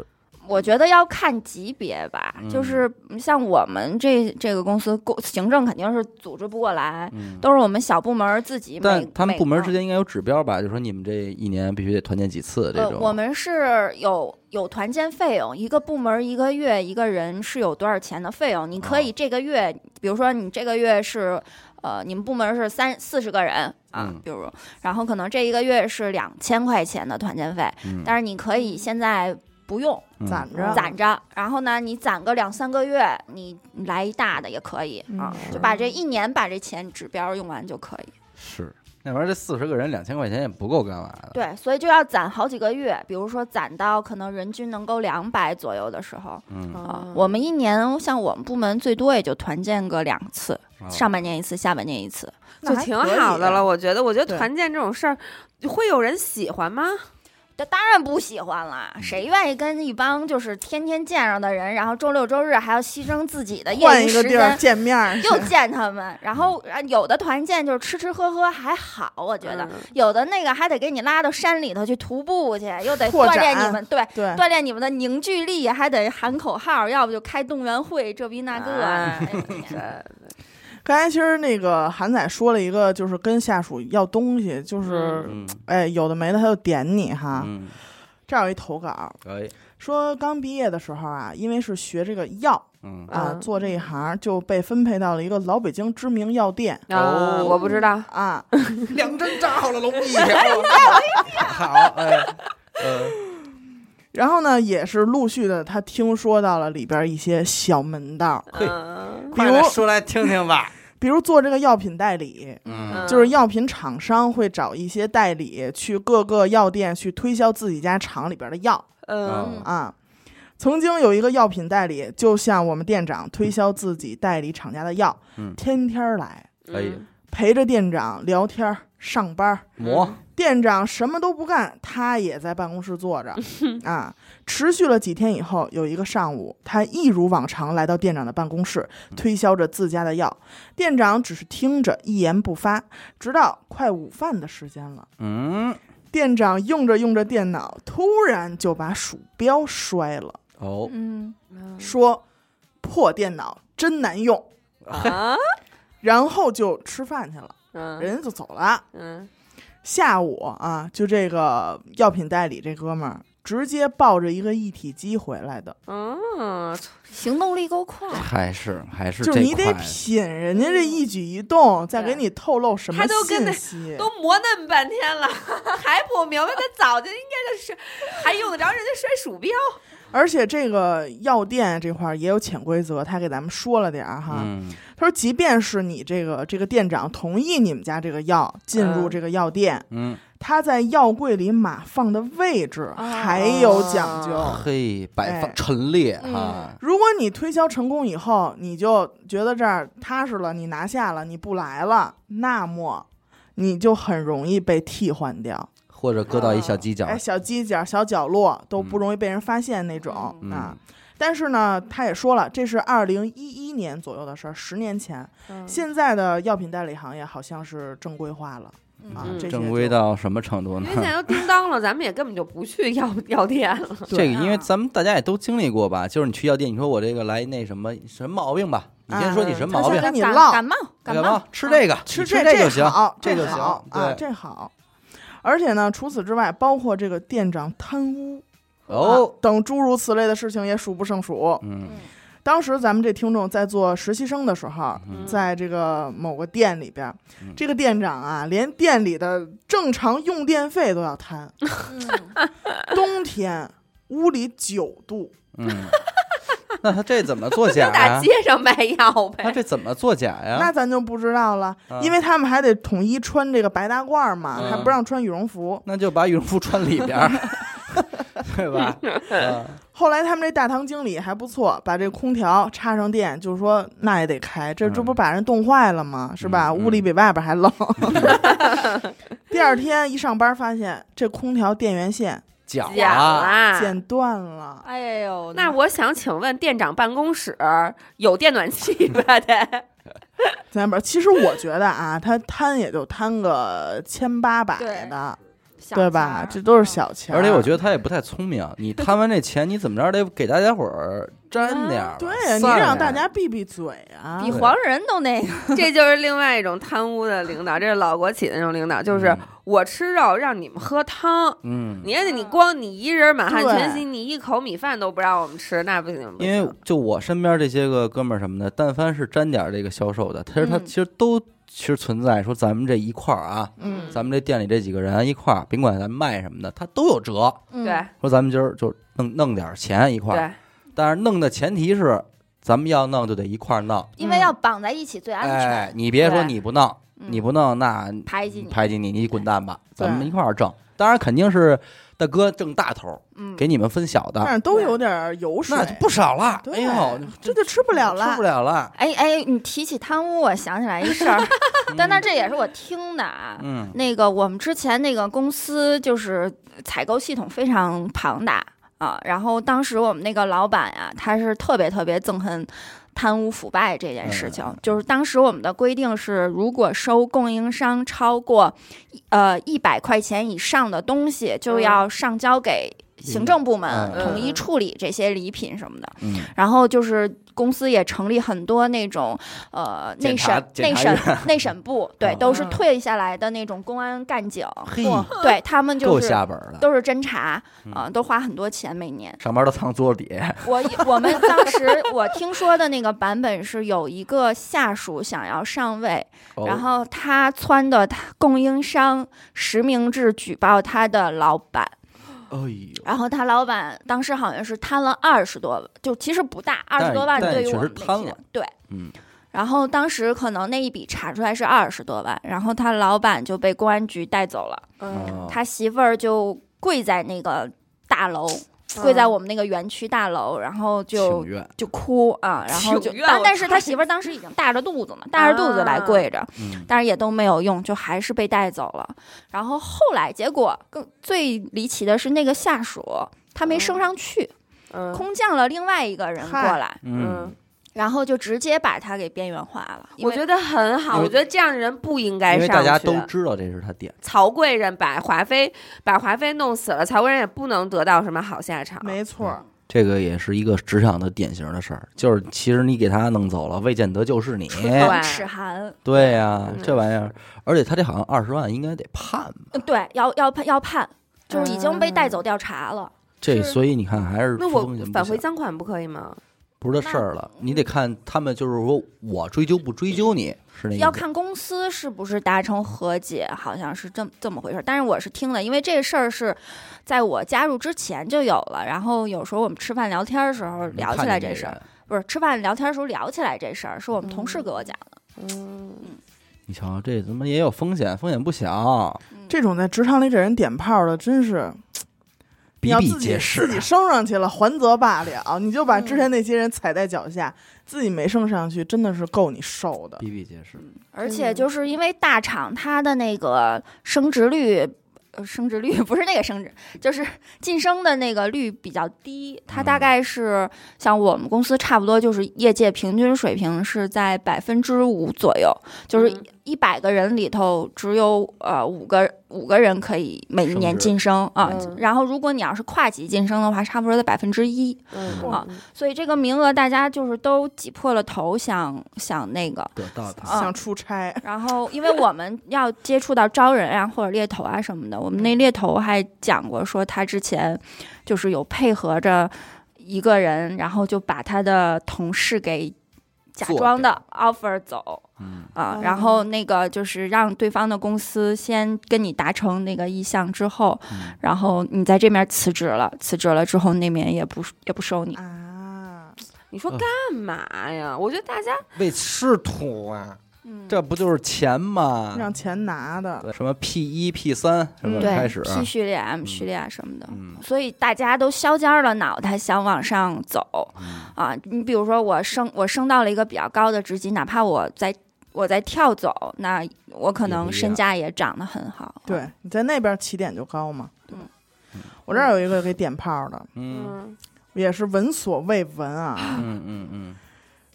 我觉得要看级别吧，
嗯
就是像我们这这个公司，公行政肯定是组织不过来，
嗯？
都是我们小部门儿自己每。嗯
但他们
每
部门之。间应该有指标吧？就说你们这一年必须得团建几次这
呃，
种。
我们是有有团建费用，一个部门儿一个月一个人是有多少钱的费用？你可
啊
以这个月，比如说你这个月是，呃，你们部门是三四十个人啊，
嗯
比如，然后可能这一个月是两千块钱的团建费，
嗯
但是你可以现在不用，
嗯
攒着
攒着，然后呢，你攒个两三个月，你来一大的也可以
嗯
啊，
是
就把这一年把这钱指标用完就可以。
是那玩意儿，这四十个人两千块钱也不够干嘛的。
对，所以就要攒好几个月，比如说攒到可能人均能够两百左右的时候
哦
嗯，
啊，我们一年像我们部门最多也就团建个两次，
哦
上半年一次，下半年一次。
就
那还
挺
可以
好的
啊
了，。我觉得。我觉得
对
团建这种事儿，会有人喜欢吗？
这当然不喜欢啦，谁愿意跟一帮就是天天见着的人，然后周六周日还要牺牲自己的
换
业余
一个
时
地儿
间？
见面 儿去，
又见他们，然后呃有的团建就是吃吃喝喝还好，我觉得，
嗯
有的那个还得给你拉到山里头去徒步去，又得
拓
锻炼
展嗯
你们，对，
对，
锻炼你们的凝聚力，还得喊口号，要不就开动员会，这逼那个。
哎
哎呦 我天
刚才其实那个韩仔说了一个，就是跟下属要东西，就是、
嗯
哎有的没的他就点你哈。
啊
嗯，
这儿有一投稿
可以，
说，刚毕业的时候啊，因为是学这个药
嗯
啊、
嗯
做这一行，就被分配到了一个老北京知名药店
啊，
哦
我不知道。
啊。
两针扎好了 龙一条，好，哎，呃，
然后呢，也是陆续的，他听说到了里边一些小门道，
嗯
比如
说来听听吧，
比如做这个药品代理，
嗯
就是药品厂商会找一些代理去各个药店去推销自己家厂里边的药
嗯
嗯
啊。曾经有一个药品代理，就向我们店长推销自己代理厂家的药，
嗯
天天儿来
可以
嗯
陪着店长聊天儿、上班儿。
磨，
店长什么都不干，他也在办公室坐着啊。持续了几天以后，有一个上午，他一如往常来到店长的办公室，推销着自家的药。店长只是听着，一言不发，直到快午饭的时间了。
嗯，
店长用着用着电脑，突然就把鼠标摔了，
哦，
嗯，
嗯
说：“破电脑真难用。
啊”
然后就吃饭去了，
嗯
人家就走了。
嗯
下午啊，就这个药品代理这哥们儿直接抱着一个一体机回来的，
嗯，
行动力够快。
还是还是
就是
这
你
块
得品人家这一举一动，再给
嗯对
你透露什么
他都跟那
信息。
都磨那么半天了，还不明白，他早就应该就是，还用得着人家摔鼠标？
而且这个药店这块儿也有潜规则，他给咱们说了点儿哈。
嗯，
他说，即便是你这个这个店长同意你们家这个药进入
嗯
这个药店，
嗯，
他在药柜里码放的位置
哦
还有讲究。
嘿，摆
哎嗯
放陈列哈，
如果你推销成功以后，你就觉得这儿踏实了，你拿下了，你不来了，那么你就很容易被替换掉。
或者搁到一小犄角
哎，，小犄角、小角落都不
嗯
容易被人发现那种、
嗯
啊。但是呢，他也说了，这是二零一一年左右的事儿，十年前。
嗯
现在的药品代理行业好像是正规化了啊，
嗯
这些
正规
就
到什么程度
因
呢
为？现在都叮当了，咱们也根本就不去药药店了。
对
这个，因为
啊
咱们大家也都经历过吧，就是你去药店，你说我这个来那什么什么毛病吧，你先说你什么
啊
嗯
毛病
他，先跟你
感
唠
感冒，感
感冒哎吃这个，
吃
你吃
这
就行
好，，
这就
个
行
好啊，
对，
这好。而且呢，除此之外，包括这个店长贪污
哦
啊，等诸如此类的事情也数不胜数。
嗯，
当时咱们这听众在做实习生的时候，
嗯
在这个某个店里边，
嗯
这个店长啊，连店里的正常用电费都要摊。
嗯
冬天屋里九度，
嗯， 那他这怎么作
就
假
打
呀？
街上卖药
他
呗，
这怎么作假
那
呀？
咱就不知道了，
啊
因为他们还得统一穿这个白大褂嘛，
嗯
还不让穿羽绒服。
那就把羽绒服穿里边儿，对吧？啊
后来他们这大堂经理还不错，把这空调插上电，就是说那也得开，这这不把人冻坏了吗？是吧？
嗯嗯嗯
屋里比外边 还冷。第二天一上班，发现这空调电源线
假
假
啊，
啦。
剪断了，
哎呦，
那我想请问，店长办公室有电暖气吧？ 得，
咱边其实我觉得啊，他摊也就摊个千八百
对
的，
小嗯
对
钱
吧
儿？
这都是小钱儿，
而且我觉得他也不太聪明，你摊完这钱，你怎么着得给大家伙儿沾点儿吧，
对呀，你
散
让大
点
家
儿
闭闭嘴啊
比。黄人都那个，
这就是另外一种贪污的领导，这是老国企的那种领导，就是我吃肉让你们喝汤，
嗯，
你看你光你一人满汉全席，
对
你一口米饭都不让我们吃，那不行。不
因为
行
就我身边这些个哥们儿什么的，但凡是沾点儿这个销售的，他说他
嗯
其实都其实存在说咱们这一块儿啊，
嗯
咱们这店里这几个人一块儿，甭管咱们卖什么的，他都有折。
嗯
对
说咱们今儿就弄弄点儿钱一块儿，
对，
但是弄的前提是咱们要弄就得一块儿弄。
因为要绑在一起最安
哎，嗯
全，
你别说
对
你不弄，
嗯
你不弄那
排挤你，
排挤你，你滚蛋吧，
对
咱们一块儿挣。当然肯定是大哥挣大头，
嗯，
给你们分小
但
的，
是都有点儿油水
那，就不少了。
对
哎呦，
这就吃不了了，
吃不了了。
哎哎，你提起贪污，我想起来一事 儿，但那这也是我听的啊。
嗯
那个我们之前那个公司就是采购系统非常庞大啊，然后当时我们那个老板呀、他是特别特别憎恨贪污腐败这件
嗯
事情。就是当时我们的规定是，如果收供应商超过呃一百块钱以上的东西，就要上交给行政部门
嗯
统一
嗯
处理这些礼品什么的。
嗯，
然后就是公司也成立很多那种呃内
检察
审内
检察
审内审 部，对，
嗯
都是
嗯
退下来的那种公安干警，
嘿，
对他们
够
就
嗯
是
下本儿的，
都是侦查啊、都花很多钱每年。
上班都藏桌底。
我我们当时我听说的那个版本是有一个下属想要上位，
哦
然后他撺掇他供应商实名制举报他的老板。
哎呦，
然后他老板当时好像是贪了二十多，就其实不大，二十多万
但
对于
确
我
实
们
贪
北京
了
对，
嗯。
然后当时可能那一笔查出来是二十多万，然后他老板就被公安局带走了，
哦
嗯，
他媳妇儿就跪在那个大楼，跪
嗯
在我们那个园区大楼，然后就
情愿，
就哭啊，然后就
请愿
但
我啊
但是
靠
他媳妇儿当时已经大着肚子嘛，大着肚子来跪着，
嗯，
但是也都没有用，就还是被带走了。然后后来结果更最离奇的是，那个下属他没升上去，
嗯
空降了另外一个人过
嗨
来，
嗯，
然后就直接把他给边缘化了。因
我
为
觉得很好，
因
我
为
觉得这样的人不应该
因为
上
大
去。
家都知道这是他点，
曹贵人把华妃把华妃弄死了，曹贵人也不能得到什么好下场。
没
嗯
错儿，
这个也是一个职场的典型的事儿，就是其实你给他弄走了，未见得就是你。
对
齿寒，
对呀
嗯，
这玩意儿，而且他这好像
呃
二十万应该得判吧？
嗯对，要要判要判，就是已经被带走调查了。
这
是
所以你看还是
那
出
我
风险不
返回
行
赃款不可以吗？
不是的事儿了，
那
你得看他们就是说我追究不追究你是那意思
要看公司是不是达成和解，好像是这么这么回事儿。但是我是听了，因为这事儿是在我加入之前就有了，然后有时候我们吃饭聊天儿的时候
能
聊起
嗯看
来
见
这
个
事儿，
人。
不是吃饭聊天儿的时候聊起来这事儿，是我们同事
嗯
给我讲的。
嗯，
你瞧，这他妈也有风险，风险不小，
这种在职场里给人点炮的，真是你
比
要
比
自己
皆
自己
是。啊
升上去了，还则罢了，你就把之前那些人踩在脚下，自己没升上去，真的是够你受的。
啊比比皆是，
而
真
且
的
就是因为大厂它的那个升职率，呃，升职率不是那个升职，就是晋升的那个率比较低，它大
嗯
概是像我们公司差不多就是业界平均水平是在百分之五左右，就是
嗯
一百个人里头只有呃五个五个人可以每
升
年
职
晋升啊
嗯，
然后如果你要是跨级晋升的话，差不多在百分之一，
嗯
啊
嗯嗯
所以这个名额大家就是都挤破了头想想那个。
得到他
啊
想出差，
然后，因为我们要接触到招人啊，或者猎头啊什么的，我们那猎头还讲过说，他之前就是有配合着一个人，然后就把他的同事给假装的 offer 走
嗯，
啊
哦，
然后那个就是让对方的公司先跟你达成那个意向之后，
嗯
然后你在这面辞职了，辞职了之后那边也不也不收你，
啊，
你说
嗯
干嘛呀？我觉得大家
为仕途啊，
嗯，
这不就是钱吗？
让钱拿的，
对什么 P 一 P 三什么
嗯
开
对
始，啊
P 序列、M 序列什么的，
嗯
所以大家都削尖了脑袋想往上走
嗯
啊！你比如说我升我升到了一个比较高的职级，哪怕我在我在跳走，那我可
也不
能
一样
身价也涨得很好。啊
对，你在那边起点就高嘛。对
嗯
我这儿有一个给点炮的，
嗯
嗯
也是闻所未闻 啊，
嗯嗯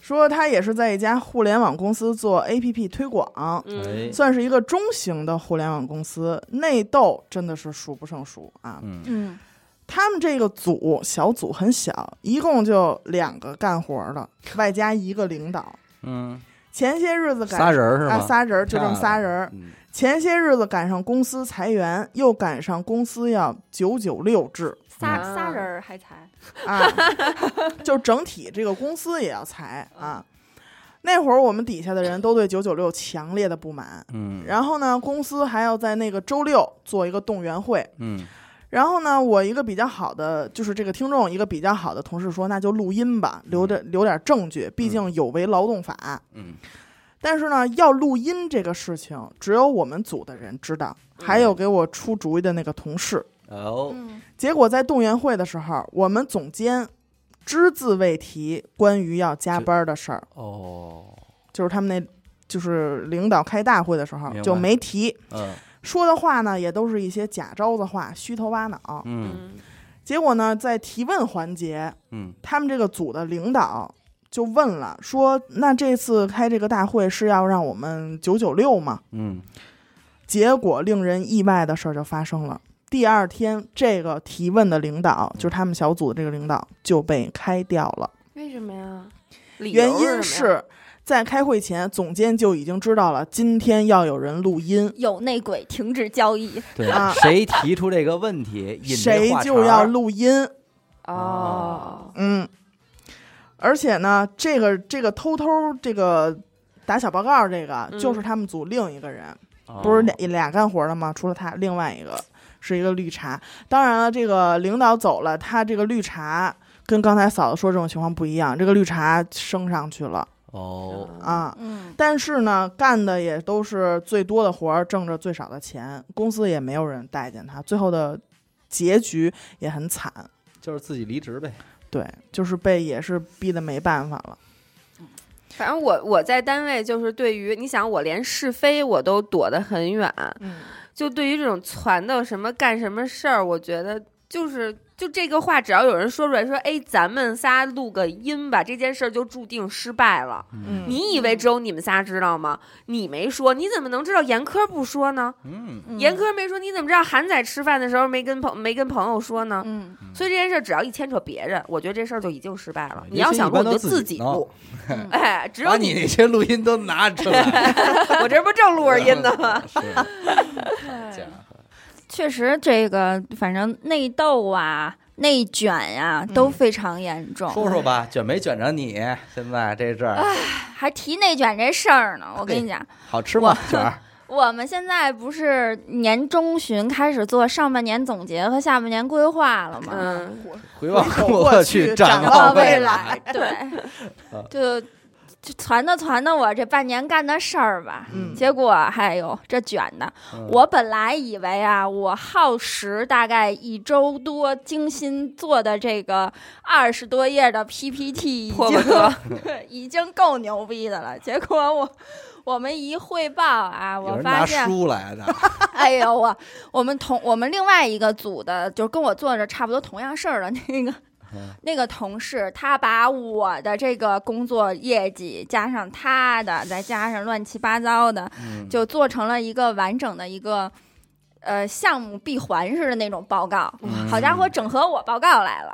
说他也是在一家互联网公司做 APP 推广，
嗯，
嗯
哎，
算是一个中型的互联网公司，内斗真的是数不胜数啊。
嗯
嗯
他们这个组小组很小，一共就两个干活的，外加一个领导。
嗯，
前些日子赶
仨人儿是
啊，
吗？
仨人儿就这么仨人儿。
嗯，
前些日子赶上公司裁员，又赶上公司要九九六制
仨
嗯
仨人儿还才
啊， 就整体这个公司也要裁啊。那会儿我们底下的人都对九九六强烈的不满，
嗯，
然后呢，公司还要在那个周六做一个动员会，
嗯
然后呢，我一个比较好的就是这个听众，一个比较好的同事说，那就录音吧，留着留点证据，毕竟有违劳动法。
嗯
但是呢，要录音这个事情，只有我们组的人知道，
嗯
还有给我出主意的那个同事。
哦，
嗯
结果在动员会的时候，我们总监只字未提关于要加班的事儿，
哦，
就是他们那，就是领导开大会的时候
明白
就没提，
嗯
说的话呢也都是一些假招子话、虚头巴脑。
嗯
嗯
结果呢，在提问环节，
嗯
他们这个组的领导就问了，说：“那这次开这个大会是要让我们九九六吗
嗯，？”
结果令人意外的事儿就发生了。第二天，这个提问的领导，就是他们小组的这个领导，就被开掉了。
为什么呀？理
原
由
因
什么呀
是在开会前，总监就已经知道了今天要有人录音，
有内鬼停止交易，
对
啊，
谁提出这个问题，引这
谁
话
就
茬
要
儿
录音。
哦，
嗯，而且呢，这个这个偷偷这个打小报告，这个、
嗯
就是他们组另一个人，
哦
不是俩俩干活的吗？除了他，另外一个是一个绿茶。当然了，这个领导走了，他这个绿茶跟刚才嫂子说这种情况不一样，这个绿茶升上去了
哦，
啊。
嗯，
但是呢，干的也都是最多的活儿，挣着最少的钱，公司也没有人待见他，最后的结局也很惨。
就是自己离职呗。
对，就是被也是逼得没办法了。
反正我我在单位就是对于你想我连是非我都躲得很远，
嗯，
就对于这种传到什么干什么事儿，我觉得就是就这个话，只要有人说出来说，哎，咱们仨录个音吧，这件事儿就注定失败了。
嗯
你以为只有你们仨知道吗？你没说，你怎么能知道严科不说呢？
嗯
严科没说，你怎么知道韩仔吃饭的时候没跟朋没跟朋友说呢？
嗯，
所以这件事儿只要一牵扯别人，我觉得这事儿就已经失败了。
啊也
你要
许
想
一
录，
般
你
都
就
自己
己
弄
录。
嗯
哎，只有
把你那些录音都拿出来，
我这不正录着 音呢吗？
是，好家伙，
确实这个反正内斗啊。内卷呀、
嗯
都非常严重。
说说吧，卷没卷着你？现在这阵
啊
儿
还提内卷这事儿呢，
哎
我跟你讲，
好吃吗？卷儿，
我们现在不是年中旬开始做上半年总结和下半年规划了吗？
嗯，
回望
过
过
去
去，
展
展
望
望
未来
未来。
啊对，就就传的传的我这半年干的事儿吧。
嗯
结果，哎呦，这卷的！
嗯
我本来以为啊，我耗时大概一周多，精心做的这个二十多页的 PPT 已
迫不
经
得
对已经 够牛逼的了。结果我我们一汇报啊，
嗯有
我
人
发
拿
现
书来的，
哎呦我，我们同我们另外一个组的，就是跟我做着差不多同样事儿的那个、
嗯
那个同事，他把我的这个工作业绩加上他的，再加上乱七八糟的，
嗯
就做成了一个完整的一个呃项目闭环式的那种报告。好家伙，
嗯
整合我报告来了。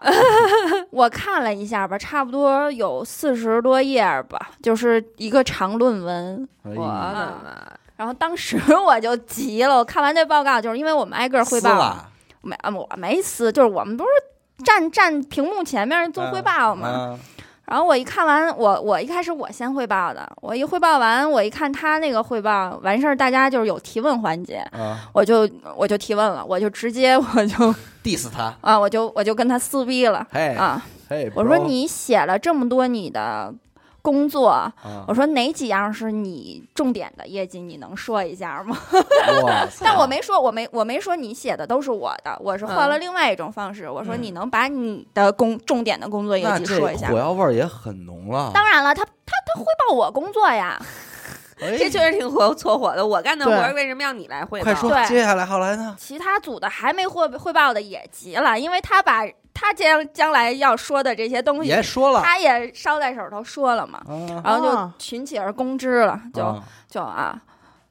我看了一下吧，差不多有四十多页儿吧，就是一个长论文。
哎
我的
呀嗯
妈！
然后当时我就急了，我看完这报告，就是因为我们挨个汇
撕
报嘛，
了
没啊，我没撕，就是我们不是站站屏幕前面做汇报嘛。
嗯
然后我一看完，我我一开始我先汇报的，我一汇报完，我一看他那个汇报完事儿，大家就是有提问环节，
啊
我就我就提问了，我就直接我就
，diss 他，
啊，我就我就跟他撕逼了
嘿，
啊！
嘿，
我说
bro，
你写了这么多你的工作，
啊
我说哪几样是你重点的业绩，你能说一下吗？
哇塞
但我没说，我没我没说你写的都是我的，我是换
嗯
了另外一种方式。我说
嗯
你能把你的工重点的工作业
那
绩
这
说一下
火。药味儿也很浓了。
当然了，他他他汇报我工作呀，
哎
这确实挺火错火的。我干的活儿
对
为什么要你来汇报？
快说
对
接下来后来呢？
其他组的还没汇汇报的也急了，因为他把他将将来要说的这些东西
也，说了
他也捎带手头说了嘛，
啊
然后
啊
就群起而攻之了，就、
啊
就啊，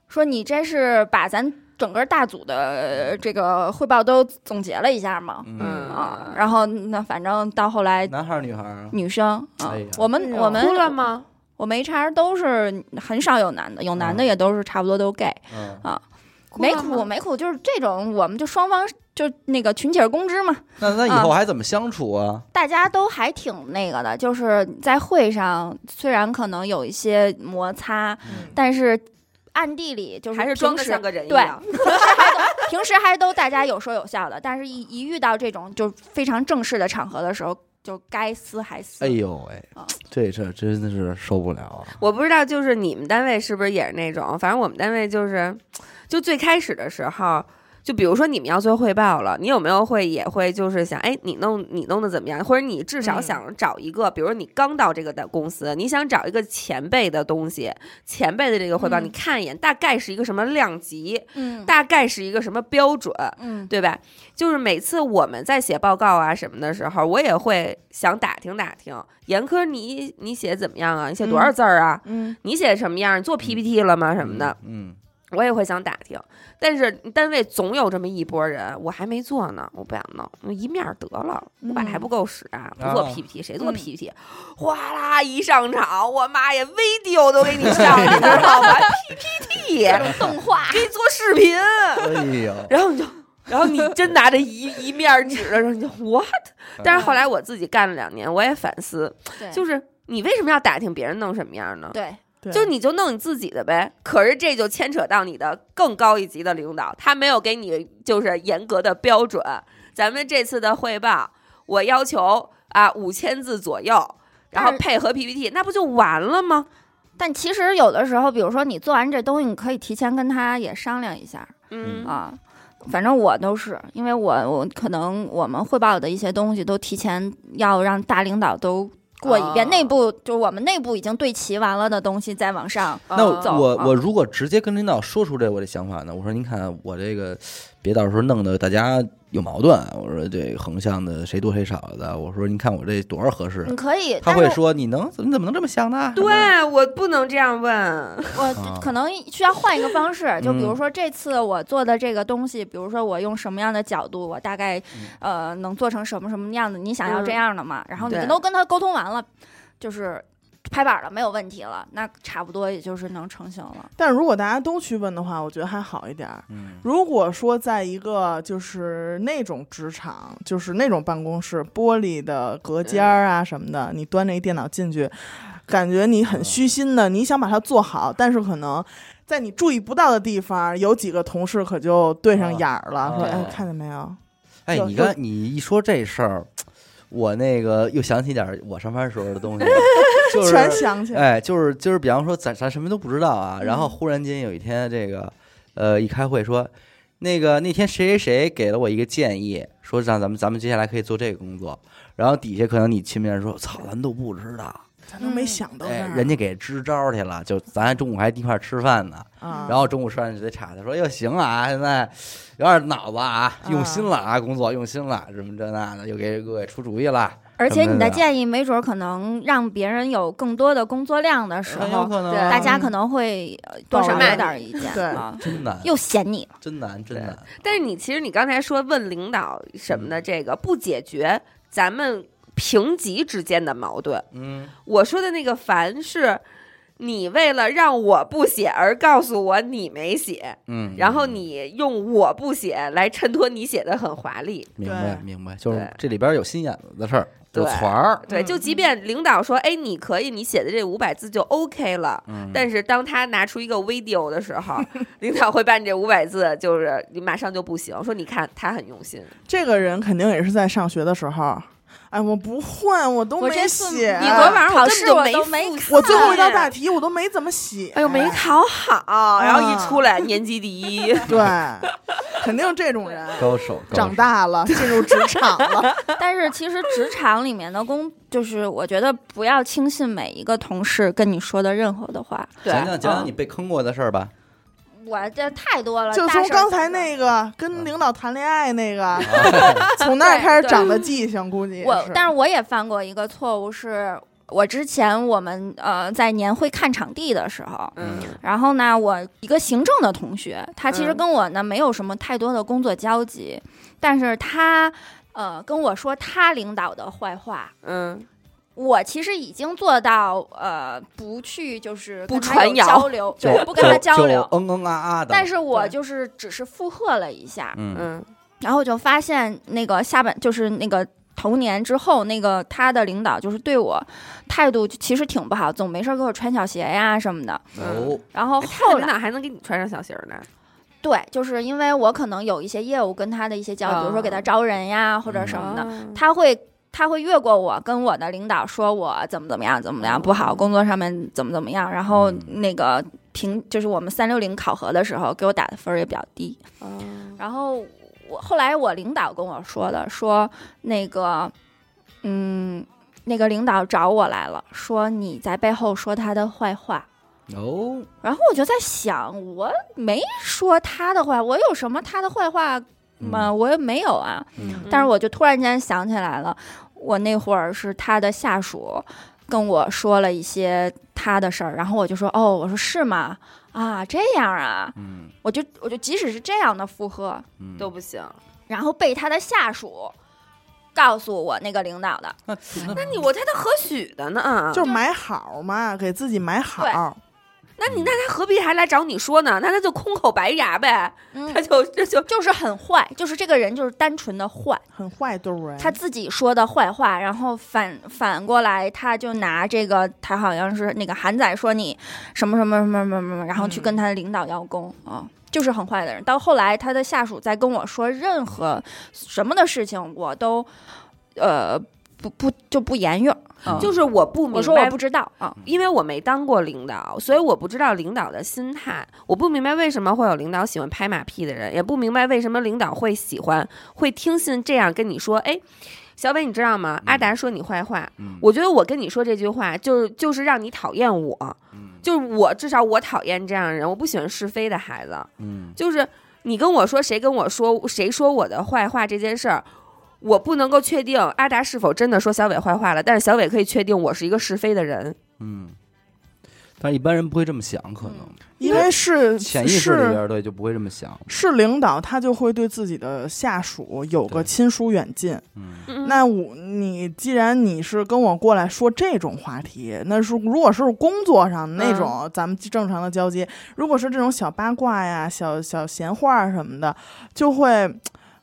说你这是把咱整个大组的呃这个汇报都总结了一下吗？
嗯
啊，然后那反正到后来
男孩儿女孩儿啊？
女生啊，
哎呀
我们
哎呦
我们
哭了吗？
我们 HR 都是很少有男的，有男的
嗯
也都是差不多都 gay，、
嗯，
没
哭了
苦
吗
没苦，就是这种我们就双方就那个群起而攻之嘛，
那那以
嗯
后还怎么相处啊？
大家都还挺那个的，就是在会上虽然可能有一些摩擦，
嗯
但是暗地里就是
还是装的
平时
像个人一
对
样。
平时还都大家有说有笑的，但是一一遇到这种就非常正式的场合的时候，就该撕还撕。
哎呦喂
啊，
这事儿真的是受不了啊！
我不知道，就是你们单位是不是也是那种？反正我们单位就是，就最开始的时候，就比如说你们要做汇报了，你有没有会也会就是想，哎，你弄你弄的怎么样？或者你至少
嗯
想找一个，比如你刚到这个的公司，你想找一个前辈的东西，前辈的这个汇报，
嗯
你看一眼，大概是一个什么量级，
嗯
大概是一个什么标准，
嗯
对吧？就是每次我们在写报告啊什么的时候，我也会想打听打听，严科你你写怎么样啊？你写多少字儿啊？
嗯
你写什么样？你做 PPT 了吗？什么的，
嗯，
我也会想打听。但是单位总有这么一拨人，我还没做呢，我不想弄，我一面儿得了，
嗯
我本来还不够使啊，不做
啊
PPT，谁做
嗯
PPT？哗啦一上场，我妈呀，video 都给你上，你知道吗？PPT
动 画
给你做视频，
嗯 哎呦，
然后你就。然后你真拿着一一面儿纸的时候，你就 what？
嗯
但是后来我自己干了两年，我也反思，
对
就是你为什么要打听别人弄什么样呢？
对
对
就是你就弄你自己的呗。可是这就牵扯到你的更高一级的领导，他没有给你就是严格的标准。咱们这次的汇报，我要求啊五千字左右，然后
但是
配合 PPT，那不就完了吗？
但其实有的时候，比如说你做完这东西，你可以提前跟他也商量一下
嗯
啊。反正我都是，因为我我可能我们汇报的一些东西都提前要让大领导都过一遍，
哦
内部就是我们内部已经对齐完了的东西再往上。
那
嗯
走
我
啊
我如果直接跟领导说出这我这想法呢？我说您看啊我这个，别到时候弄得大家有矛盾。啊我说这横向的谁多谁少的，我说您看我这多少合适
你？可以，
他
但
会
是
说你能你怎么能这么想呢？
对我不能这样问，
我可能需要换一个方式，就比如
嗯
说这次我做的这个东西，比如说我用什么样的角度，我大概呃能做成什么什么样子，你想要这
嗯
样的嘛？然后你
对
都跟他沟通完了，就是。拍板了，没有问题了，那差不多也就是能成型了。
但如果大家都去问的话，我觉得还好一点儿。
嗯，
如果说在一个就是那种职场，就是那种办公室，玻璃的隔间儿啊什么的，你端着一电脑进去，感觉你很虚心的，你想把它做好，但是可能在你注意不到的地方，有几个同事可就对上眼儿了，
啊
说：“
啊
哎，看见没有？
哎，
有
你
有
刚你一说这事儿，我那个又想起点儿我上班时候的东西，就是
全想起来。
哎，就是就是，比方说咱咱什么都不知道啊，然后忽然间有一天，这个呃一开会说，那个那天谁谁谁给了我一个建议，说让咱们咱们接下来可以做这个工作，然后底下可能你亲别人说，操，咱都不知道，
咱都没想到这
哎
儿，，
人家给支招去了，就咱中午还一块儿吃饭呢，
啊，
然后中午吃完就得岔他说，哟行了啊，现在有点脑子啊，用心了啊，工作用心了，什么这那的，又给各位出主意了，
而且你
什么
的
的
建议没准儿可能让别人有更多的工作量的时
很有
候，
可能
对
大
啊
家可能嗯会呃
多
多少
少骂
有
你
点儿意见，
对
啊，
真难，
又嫌你了。
真难，真难，
但是你其实你刚才说问领导什
嗯
么的，这个不解决咱们平级之间的矛盾。
嗯。
我说的那个烦是。你为了让我不写而告诉我你没写，
嗯，
然后
嗯
你用我不写来衬托你写的很华丽，
明白
对
明白，就是
对
这里边有心眼子的事儿，有
对
团儿，
对，
嗯
就即便领导说，哎，你可以，你写的这五百字就 OK 了，
嗯，
但是当他拿出一个 video 的 时候，领导会把你这五百字，就是你马上就不行，说你看他很用心，
这个人肯定也是在上学的时候，哎，我不会，我都
我
没
这次
写，啊
你昨晚上
考
我根
试
本就
我
没
都没
复
看
习
我最后一道大题我都没怎么写，
哎呦没考好，然后一出来年级第一，
对，肯定这种人
高手
长，大了进入职场了，
但是其实职场里面的工，就是我觉得不要轻信每一个同事跟你说的任何的话。
高手
对，
讲讲讲讲
嗯
你被坑过的事儿吧，
我这太多了，
就
大
从
事儿
刚
小
才
事儿
那个跟领导谈恋爱那个，
啊
从那儿开始长的记性，估计也
我
是，
但是我也犯过一个错误是。我之前我们呃在年会看场地的时候，
嗯
然后呢，我一个行政的同学，他其实
嗯
跟我呢没有什么太多的工作交集，但是他呃跟我说他领导的坏话，
嗯，
我其实已经做到呃不去就是
不
跟他
传
有
谣
交流，
就
对，不跟他
就
交
就
流。
嗯嗯啊啊的，
但是我
对
就是只是附和了一下，
嗯
嗯
然后就发现那个下半就是那个头年之后，那个他的领导就是对我态度其实挺不好，总没事儿给我穿小鞋呀什么的。
哦，
然后
哎他的
后
领
来
导还能给你穿上小鞋儿呢，
对，就是因为我可能有一些业务跟他的一些交流，比如说给他招人呀或者什么的，
哦
他会。他会越过我，跟我的领导说我怎么怎么样，怎么怎么样不好，工作上面怎么怎么样，然后
嗯
那个评就是我们三六零考核的时候给我打的分儿也比较低，
哦
然后我后来我领导跟我说的，说那个，嗯，那个领导找我来了，说你在背后说他的坏话。
哦，
然后我就在想，我没说他的坏，我有什么他的坏话吗？我也没有啊。
嗯
但是我就突然间想起来了，我那会儿是他的下属跟我说了一些他的事儿，然后我就说，哦，我说是吗？啊，这样啊，
嗯
我就我就即使是这样的附和，
嗯，
都不行，
然后被他的下属告诉我那个领导的。
那那
那你我他都何许的呢？
就是买好嘛，给自己买好，
那你那他何必还来找你说呢？那他就空口白牙呗，他
嗯，
就这就
就是很坏，就是这个人就是单纯的坏，
很坏，对不对？
他自己说的坏话，然后反反过来，他就拿这个，他好像是那个韩仔说你什么什么什么什么什么，然后
嗯
去跟他的领导邀功啊、就是很坏的人。到后来，他的下属在跟我说任何什么的事情，我都呃不不就不言语儿，嗯
就是我不
我
明
说我
白嗯
不知道啊，
因为我没当过领导，所以我不知道领导的心态。我不明白为什么会有领导喜欢拍马屁的人，也不明白为什么领导会喜欢会听信这样跟你说：“哎，小伟，你知道吗？阿达说你坏话。
嗯
我觉得我跟你说这句话，就是就是让你讨厌我，
嗯
就是我至少我讨厌这样的人，我不喜欢是非的孩子。
嗯
就是你跟我说谁跟我说谁说我的坏话这件事儿，我不能够确定阿达是否真的说小伟坏话了，但是小伟可以确定我是一个是非的人。
嗯，但一般人不会这么想，可能
嗯
因为是
潜意识里
是
边对就不会这么想。
是领导，他就会对自己的下属有个
对
亲疏远近。
嗯，
嗯
那我你既然你是跟我过来说这种话题，那是如果是工作上那种、咱们正常的交接，如果是这种小八卦呀、小小闲话什么的，就会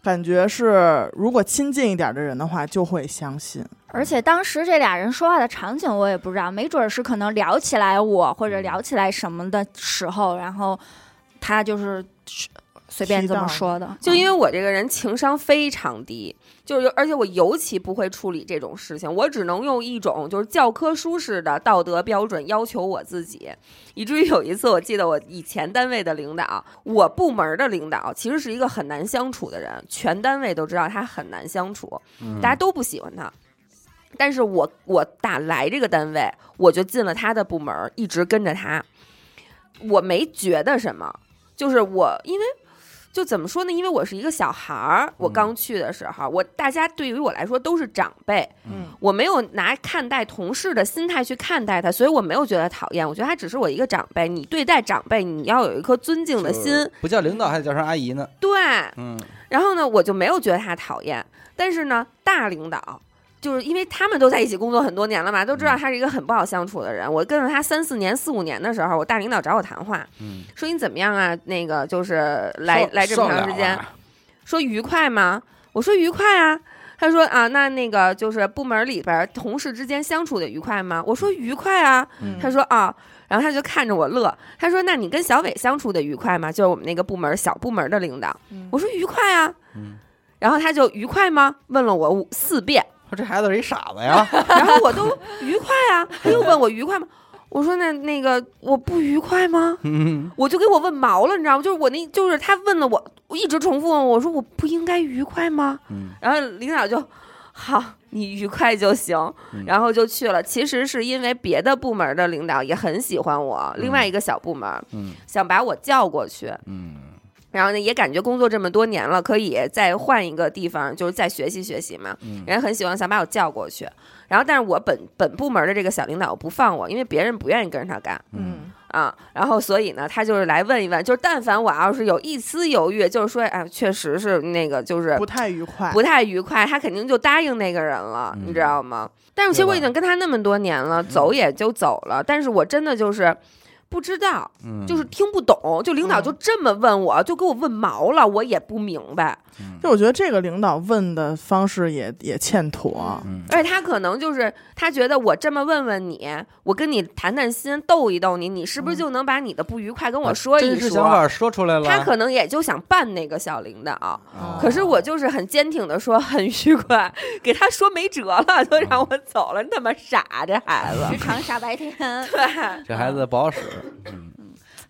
感觉是如果亲近一点的人的话，就会相信。
而且当时这俩人说话的场景我也不知道，没准儿是可能聊起来我或者
嗯
聊起来什么的时候，然后他就是随便这么说的，啊
就因为我这个人情商非常低，就是尤而且我尤其不会处理这种事情，我只能用一种就是教科书式的道德标准要求我自己，以至于有一次我记得我以前单位的领导，我部门的领导其实是一个很难相处的人，全单位都知道他很难相处，
嗯
大家都不喜欢他。但是我我打来这个单位，我就进了他的部门，一直跟着他，我没觉得什么，就是我因为就怎么说呢？因为我是一个小孩儿，我刚去的时候，我大家对于我来说都是长辈，
嗯，
我没有拿看待同事的心态去看待他，所以我没有觉得讨厌，我觉得他只是我一个长辈。你对待长辈，你要有一颗尊敬的心，
不叫领导还得叫声阿姨呢。
对。
嗯，
然后呢，我就没有觉得他讨厌，但是呢，大领导。就是因为他们都在一起工作很多年了嘛，都知道他是一个很不好相处的人。我跟着他三四年、四五年的时候，我大领导找我谈话，
嗯
说你怎么样啊？那个就是来
受
来这么
受
长时
了
间，
啊
说愉快吗？我说愉快啊。他说啊，那那个就是部门里边儿同事之间相处的愉快吗？我说愉快啊。
嗯
他说啊，然后他就看着我乐。他说那你跟小伟相处的愉快吗？就是我们那个部门小部门的领导。我说愉快啊。
嗯
然后他就愉快吗？问了我五四遍，
说这孩子是一傻子呀，
然后我都愉快啊。他又问我愉快吗？我说那那个我不愉快吗？
嗯
我就给我问毛了，你知道吗？就是我那就是他问了我，我一直重复问我我说我不应该愉快吗？
嗯
然后领导就好，你愉快就行
嗯，
然后就去了。其实是因为别的部门的领导也很喜欢我，另外一个小部门
嗯
想把我叫过去，
嗯
然后呢也感觉工作这么多年了，可以再换一个地方，就是再学习学习嘛。
嗯
人家很喜欢想把我叫过去，然后但是我本本部门的这个小领导不放我，因为别人不愿意跟着他干。
嗯，
啊，然后所以呢，他就是来问一问，就是但凡我要是有一丝犹豫，就是说，哎，确实是那个，就是
不太愉快。
不太愉快，他肯定就答应那个人了，你
嗯
知道吗？但是其实我已
对吧嗯
经跟他那么多年了，走也就走了，但是我真的就是。不知道，
嗯
就是听不懂，就领导就这么问我，就给我问毛了，我也不明白。
就我觉得这个领导问的方式也也欠妥。
嗯
而且他可能就是他觉得我这么问问你，我跟你谈谈心，逗一逗你，你是不是就能把你的不愉快跟我说一
嗯
说？
啊真实想法说出来了，
他可能也就想办那个小领导，
哦
可是我就是很坚挺的说很愉快，给他说没辙了，就让
嗯
我走了，你他妈傻这孩子。
职场傻白 甜。
对，
这孩子不好使，嗯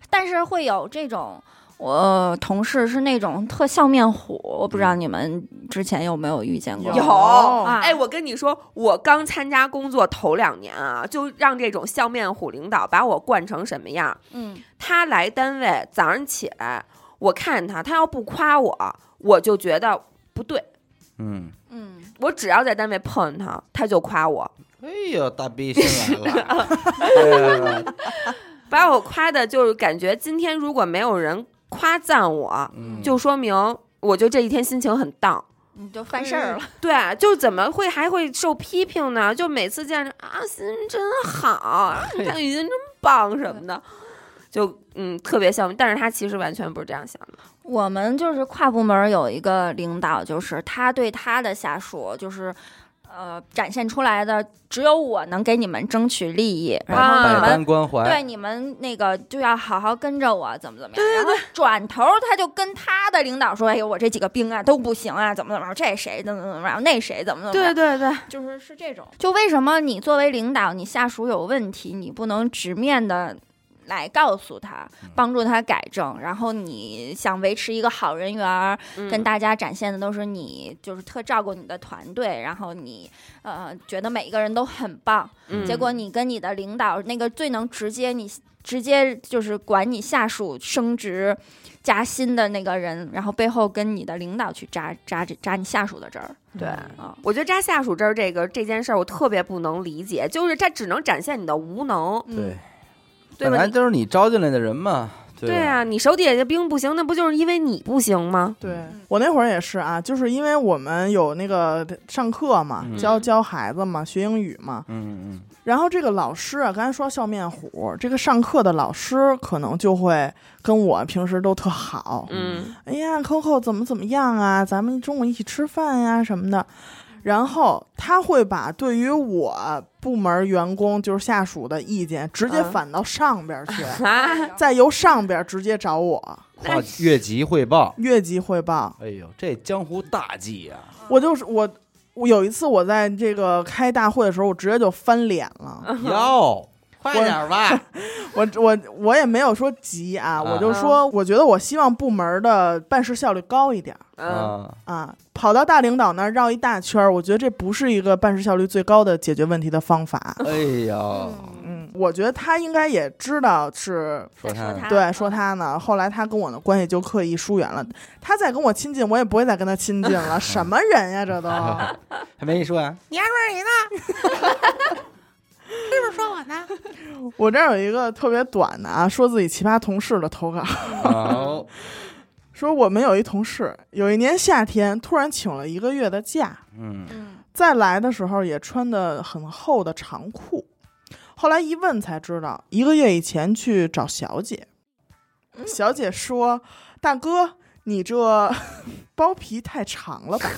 但是会有这种，我同事是那种特笑面虎，我不知道你们之前有没有遇见过？
嗯有
哦
啊
哎，我跟你说，我刚参加工作头两年啊，就让这种笑面虎领导把我惯成什么样？
嗯，
他来单位早上起来，我看他，他要不夸我，我就觉得不对。
嗯，
嗯，
我只要在单位碰见他，他就夸我，
哎呦，大逼新 来了，
对，
把我夸的，就是感觉今天如果没有人夸赞我，
嗯
就说明我就这一天心情很荡。
你就犯事儿了。
对，啊就怎么会还会受批评呢？就每次见着啊，心情真好，啊你看雨欣真棒什么的，就嗯特别像，但是他其实完全不是这样想的。
我们就是跨部门有一个领导，就是他对他的下属就是。呃，展现出来的只有我能给你们争取利益，然后
啊
你
百
们
般关怀，
对你们那个就要好好跟着我，怎么怎么样。然后转头他就跟他的领导说：“哎呦，我这几个兵啊都不行啊，怎么怎么着，这谁怎么怎么着，那谁怎么怎么着。”
对对，
就是是这种。就为什么你作为领导，你下属有问题，你不能直面的来告诉他，帮助他改正，然后你想维持一个好人缘儿，跟
大
大家展现的都是你就是特照顾你的团队，然后你呃觉得每一个人都很棒，
嗯
结果你跟你的领导那个最能直接你直接就是管你下属升职加薪的那个人，然后背后跟你的领导去扎扎扎你下属的针儿
对。
啊。
我觉得扎下属这儿这
嗯
个这件事儿，我特别不能理解，就是他只能展现你的无能，
对，
嗯对
本
吧？
来
你
就是你招进来的人嘛，
对
吧？
啊，你手底下这兵不行，那不就是因为你不行吗？
对我那会儿也是啊，就是因为我们有那个上课嘛，
嗯
教教孩子嘛，学英语嘛。
嗯嗯
然后这个老师啊，刚才说笑面虎，这个上课的老师可能就会跟我平时都特好，
嗯
哎呀，Coco 怎么怎么样啊？咱们中午一起吃饭呀、什么的。
嗯
然后他会把对于我部门员工就是下属的意见直接
啊
反到上边儿去，
啊，
再由上边儿直接找我
嗯，跨越级汇报。
越级汇报。
哎呦，这江湖大忌啊呀！
我就是我，我有一次我在这个开大会的时候，我直接就翻脸
嗯
嗯
了。
哟，
快点儿吧，
我我我也没有说急啊，我就
啊
说我觉得我希望部门的办事效率高一点。
嗯
啊，
啊，跑到大领导那儿绕一大圈儿，我觉得这不是一个办事效率最高的解决问题的方法。
哎呦，
嗯，我觉得他应该也知道是
说
说他
他
对说他呢。后来他跟我的关系就刻意疏远了，他再跟我亲近，我也不会再跟他亲近了。什么人呀，这都
还没说啊呀？
我这儿有一个特别短的啊，说自己奇葩同事的投稿，
哦，
说我们有一同事，有一年夏天突然请了一个月的假，
嗯，
嗯，
再来的时候也穿的很厚的长裤，后来一问才知道，一个月以前去找小姐，小姐说：“大哥，你这 包皮太长了吧？”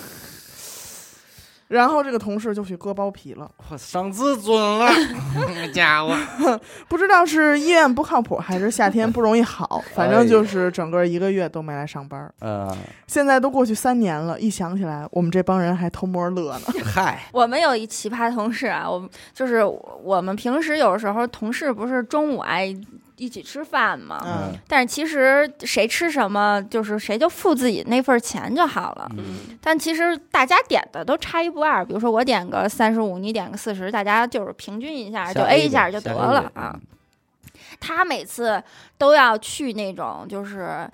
然后这个同事就去割包皮了，
我伤自尊了，
好家伙，
不知道是医院不靠谱还是夏天不容易好，
哎
反正就是整个一个月都没来上班。
嗯
呃，
现在都过去三年了，一想起来我们这帮人还偷摸乐 呢。
嗨，
我们有一奇葩同事啊，我们就是我们平时有时候同事不是中午爱一起吃饭嘛，
嗯
但是其实谁吃什么，就是谁就付自己那份钱就好了。
嗯
但其实大家点的都差一不二，比如说我点个三十五，你点个四十，大家就是平均一
啊
下就 A 一下就得了啊。，他每次都要去那种就是。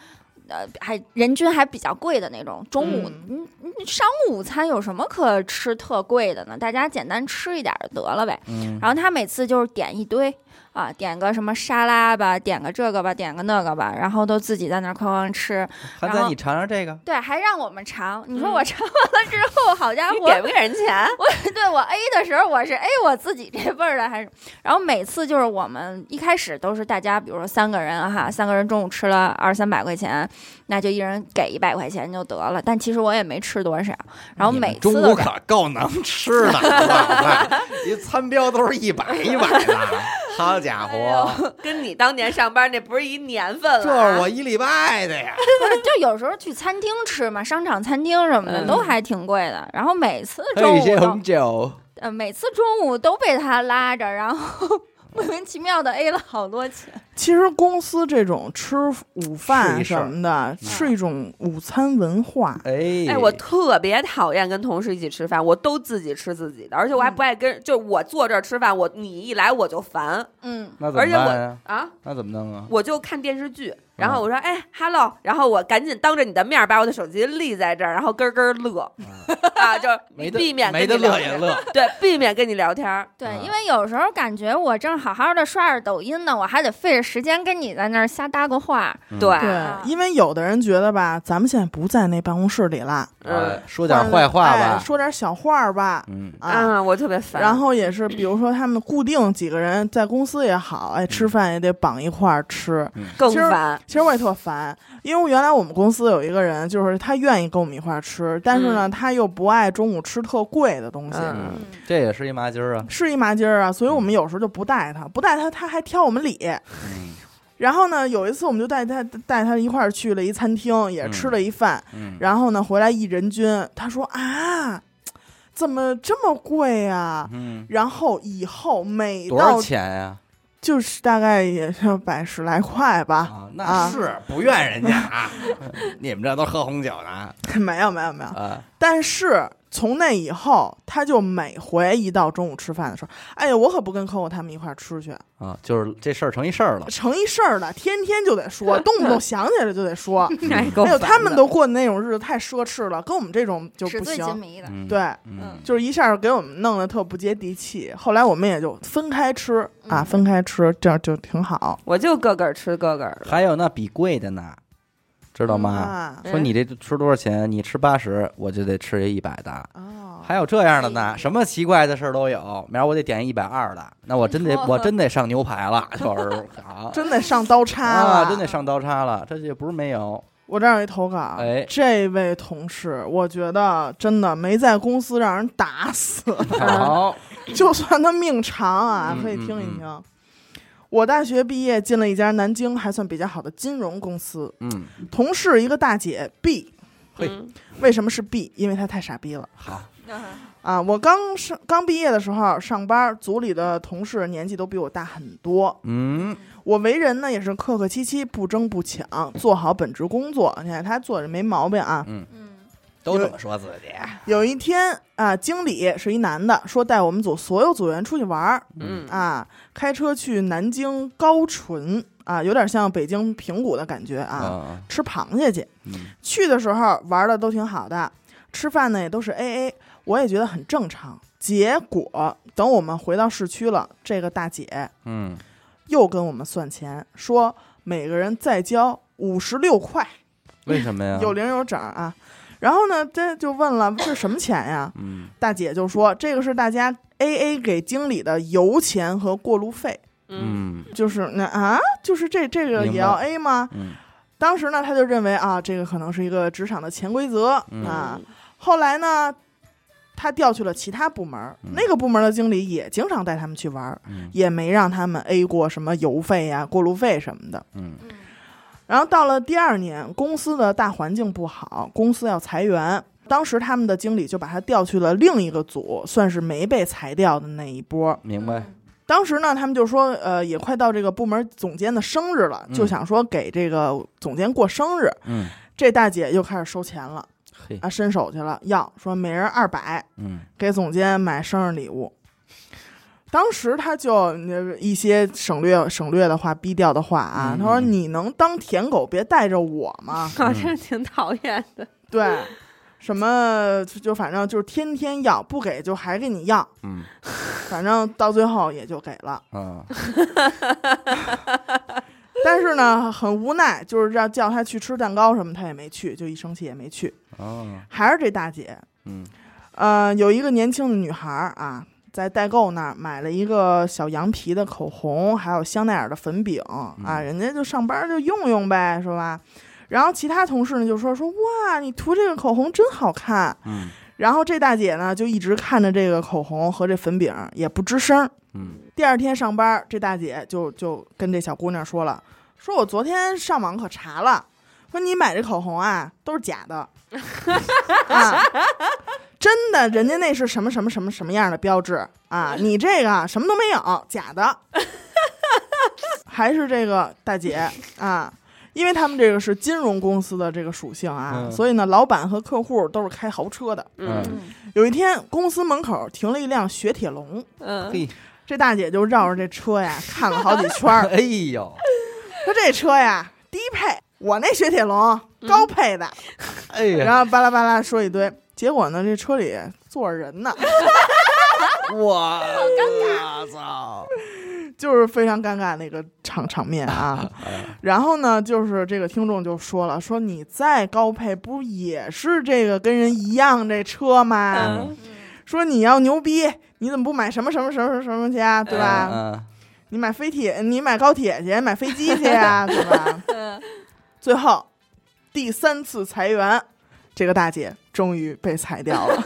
呃，还人均还比较贵的那种，中午
嗯
你你、你商务午餐有什么可吃特贵的呢？大家简单吃一点儿就得了呗。
嗯，
啊
然后他每次就是点一堆啊，点个什么沙拉吧，点个这个吧，点个那个吧，然后都自己在那儿哐哐吃。
韩仔，你尝尝这个，
对，还让我们尝。你说
嗯
我尝完了之后，好家伙，
你给不给人钱？
对我 A 的时候，我是 A 我自己这份儿的，还是然后每次就是我们一开始都是大家，比如说三个人哈，三个人中午吃了二三百块钱，那就一人给一百块钱就得了。但其实我也没吃多少，然后
你们
每
中
次
午
都是
可够能吃的，老板，一餐标都是一百一百的，好家伙，
跟你当年上班那不是一年份了
这
啊，
是我一礼拜的呀，
就有时候去餐厅吃嘛，商场餐厅什么的
嗯
都还挺贵的。然后每次中
配一
午
些
都
红酒，
呃每次中午都被他拉着，然后 莫名其妙的 A 了好多钱。
其实公司这种吃午
是
饭
一事儿
什么的，
嗯
是一种午餐文化。
哎，
哎，我特别讨厌跟同事一起吃饭，我都自己吃自己的，而且我还不爱跟，就是我坐这儿吃饭，我你一来我就烦
嗯，
那怎么办呀？
啊，
那怎么弄啊？
我就看电视剧，然后我说哎，hello，然后我赶紧当着你的面儿把我的手机立在这儿，然后咯咯乐， 啊，就
没得
避免跟
没
你
得
聊
乐也
天，
乐，
对，避免跟你聊天儿，
对
啊，
因为有时候感觉我正好好的刷着抖音呢，我还得费着时间跟你在那儿瞎搭个话。
对，
啊
对，因为有的人觉得吧，咱们现在不在那办公室里了，
嗯
哎，说点坏话
哎
吧，
说点小话儿吧，
嗯，
啊。
啊，我特别烦，
然后也是，比如说他们固定几个人在公司也好，
嗯
哎，吃饭也得绑一块儿吃。
更
其实
烦，
其实我也特烦，因为原来我们公司有一个人，就是他愿意跟我们一块儿吃，但是呢，
嗯
他又不爱中午吃特贵的东西，
嗯
嗯，
这也是一麻筋儿 啊，
是一麻筋儿啊。所以我们有时候就不带他，不带他他还挑我们理。
嗯
然后呢，有一次我们就带他带他一块儿去了一餐厅，也吃了一饭。
嗯，
然后呢，回来一人均，他说啊，怎么这么贵啊？
嗯，
然后以后每
多少
到
钱呀？
就是大概也就百十来块吧，
啊，
啊
那
是不 怨人家啊，你们这都喝红酒呢，
没有没有没有。
啊，
但是从那以后，他就每回一到中午吃饭的时候，哎呀，我可不跟 Coco 他们一块儿吃去，
啊，就是这事儿成一事儿了。
成一事儿了，天天就得 说，动不动想起来就得 说。
哎
还有他们都过的那种日子太奢侈了，跟我们这种就
纸
不
醉金
行。
迷的。
嗯，
对，
嗯，
就是一下给我们弄得特不接地气。后来我们也就分开吃啊，
嗯
分开吃，这样就挺好，
我就个个儿吃个个儿的，
还有那比贵的呢，知道吗？
啊？
嗯
说你这吃多少钱？你吃八十，我就得吃一一百的。
哦，
还有这样的呢，
哎
什么奇怪的事儿都有。明儿我得点一百二的，那我真得我真得上牛排了，就是好
真得上刀叉了，
啊，真得上刀叉了，这也不是没有。
我这儿有一投稿，
哎
这位同事，我觉得真的没在公司让人打死，
好，
就算他命长啊，
嗯
可以听一
嗯嗯
听。我大学毕业进了一家南京还算比较好的金融公司，
嗯，
同事一个大姐 B，
嘿
嗯
为什么是 B？因为她太傻逼了
好，
啊！我刚上刚毕业的时候上班，组里的同事年纪都比我大很多，
嗯，
我为人呢也是客客气气，不争不抢，做好本职工作。你看他做着没毛病啊。
嗯，
都这么说自己。
有一天啊，经理是一男的，说带我们组所有组员出去玩儿
嗯
啊，开车去南京高淳啊，有点像北京平谷的感觉啊，
啊，
吃螃蟹去。
嗯
去的时候玩的都挺好的，吃饭呢也都是 A A，我也觉得很正常。结果等我们回到市区了，这个大姐
嗯，
又跟我们算钱，说每个人再交五十六块，
为什么呀？
有零有整啊。然后呢，这就问了，这是什么钱呀？
嗯，
大姐就说，这个是大家 A A 给经理的油钱和过路费，
嗯？”
嗯
就是那啊，就是这这个也要 A 吗？
嗯
当时呢，他就认为啊，这个可能是一个职场的潜规则、
嗯
啊。后来呢，他调去了其他部门儿，那个部门的经理也经常带他们去玩儿，
嗯
也没让他们 A 过什么油费呀、过路费什么的。
嗯
然后到了第二年，公司的大环境不好，公司要裁员。当时他们的经理就把他调去了另一个组，算是没被裁掉的那一波。
明白。
当时呢，他们就说，呃，也快到这个部门总监的生日了，
嗯
就想说给这个总监过生日。
嗯，
这大姐又开始收钱了
嘿，
啊，伸手去了，要说每人二百
嗯
给总监买生日礼物。当时他就呃一些省略省略的话、逼调的话啊，
嗯
他说：“你能当舔狗，别带着我吗
好像挺讨厌的，
对，什么就就反正就是天天要，不给就还给你要，
嗯
反正到最后也就给了。
啊，
但是呢，很无奈，就是要叫他去吃蛋糕什么，他也没去，就一生气也没去。
哦，
还是这大姐，
嗯
呃，有一个年轻的女孩儿啊，在代购那儿买了一个小羊皮的口红，还有香奈儿的粉饼啊，
嗯
人家就上班儿就用用呗，是吧？然后其他同事呢就说说哇，你涂这个口红真好看。
嗯
然后这大姐呢就一直看着这个口红和这粉饼，也不吱声儿。
嗯
第二天上班儿，这大姐就就跟这小姑娘说了，说我昨天上网可查了，说你买这口红啊都是假的，啊，真的，人家那是什么什么什么什么样的标志啊，你这个什么都没有，假的，还是这个大姐啊。因为他们这个是金融公司的这个属性啊，
嗯
所以呢，老板和客户都是开豪车的。
嗯
有一天，公司门口停了一辆雪铁龙，
嗯，
嘿，
这大姐就绕着这车呀看了好几圈儿，
哎呦，
说这车呀低配，我那雪铁龙
嗯
高配的，
哎呀，
然后巴拉巴拉说一堆，结果呢这车里坐着人呢，
我我操，
就是非常尴尬的一个场场面啊。然后呢，就是这个听众就说了，说你再高配不也是这个跟人一样这车吗？
嗯
说你要牛逼，你怎么不买什么什么什么什么去啊，对吧？
嗯
你买飞铁，你买高铁去，买飞机去呀、对吧？最后第三次裁员，这个大姐终于被裁掉了。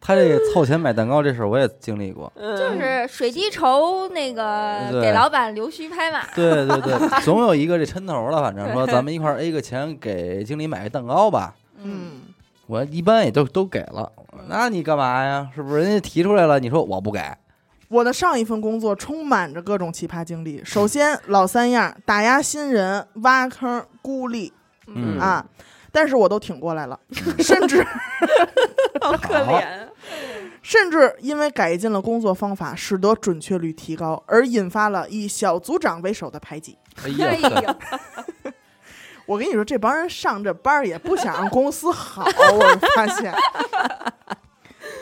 他这个凑钱买蛋糕这事儿我也经历过，
嗯
就是水滴筹那个
对
给老板溜须拍马，
对对对，总有一个这抻头了，反正说咱们一块儿 A 个钱给经理买个蛋糕吧。
嗯，
我一般也都都给了，那你干嘛呀？是不是人家提出来了，你说我不给？
哎我的上一份工作充满着各种奇葩经历。首先，老三样，打压新人、挖坑、孤立啊
嗯
啊，但是我都挺过来了，甚至
好可怜。
甚至因为改进了工作方法，使得准确率提高，而引发了以小组长为首的排挤。
哎
哎
呀，
呀，
我跟你说，这帮人上这班儿也不想让公司好， 我发现。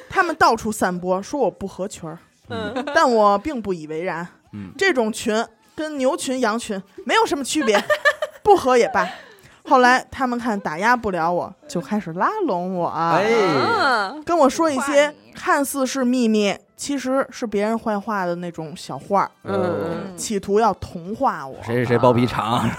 他们到处散播说我不合群儿，
嗯，
但我并不以为然。
嗯
这种群跟牛群、羊群没有什么区别， 不合也罢。后来他们看打压不了我，就开始拉拢我，啊
哎，
嗯
跟我说一些
话你
看似是秘密，其实是别人坏话的那种小话儿，
嗯，
嗯
企图要同化我。
谁谁谁包皮长，
啊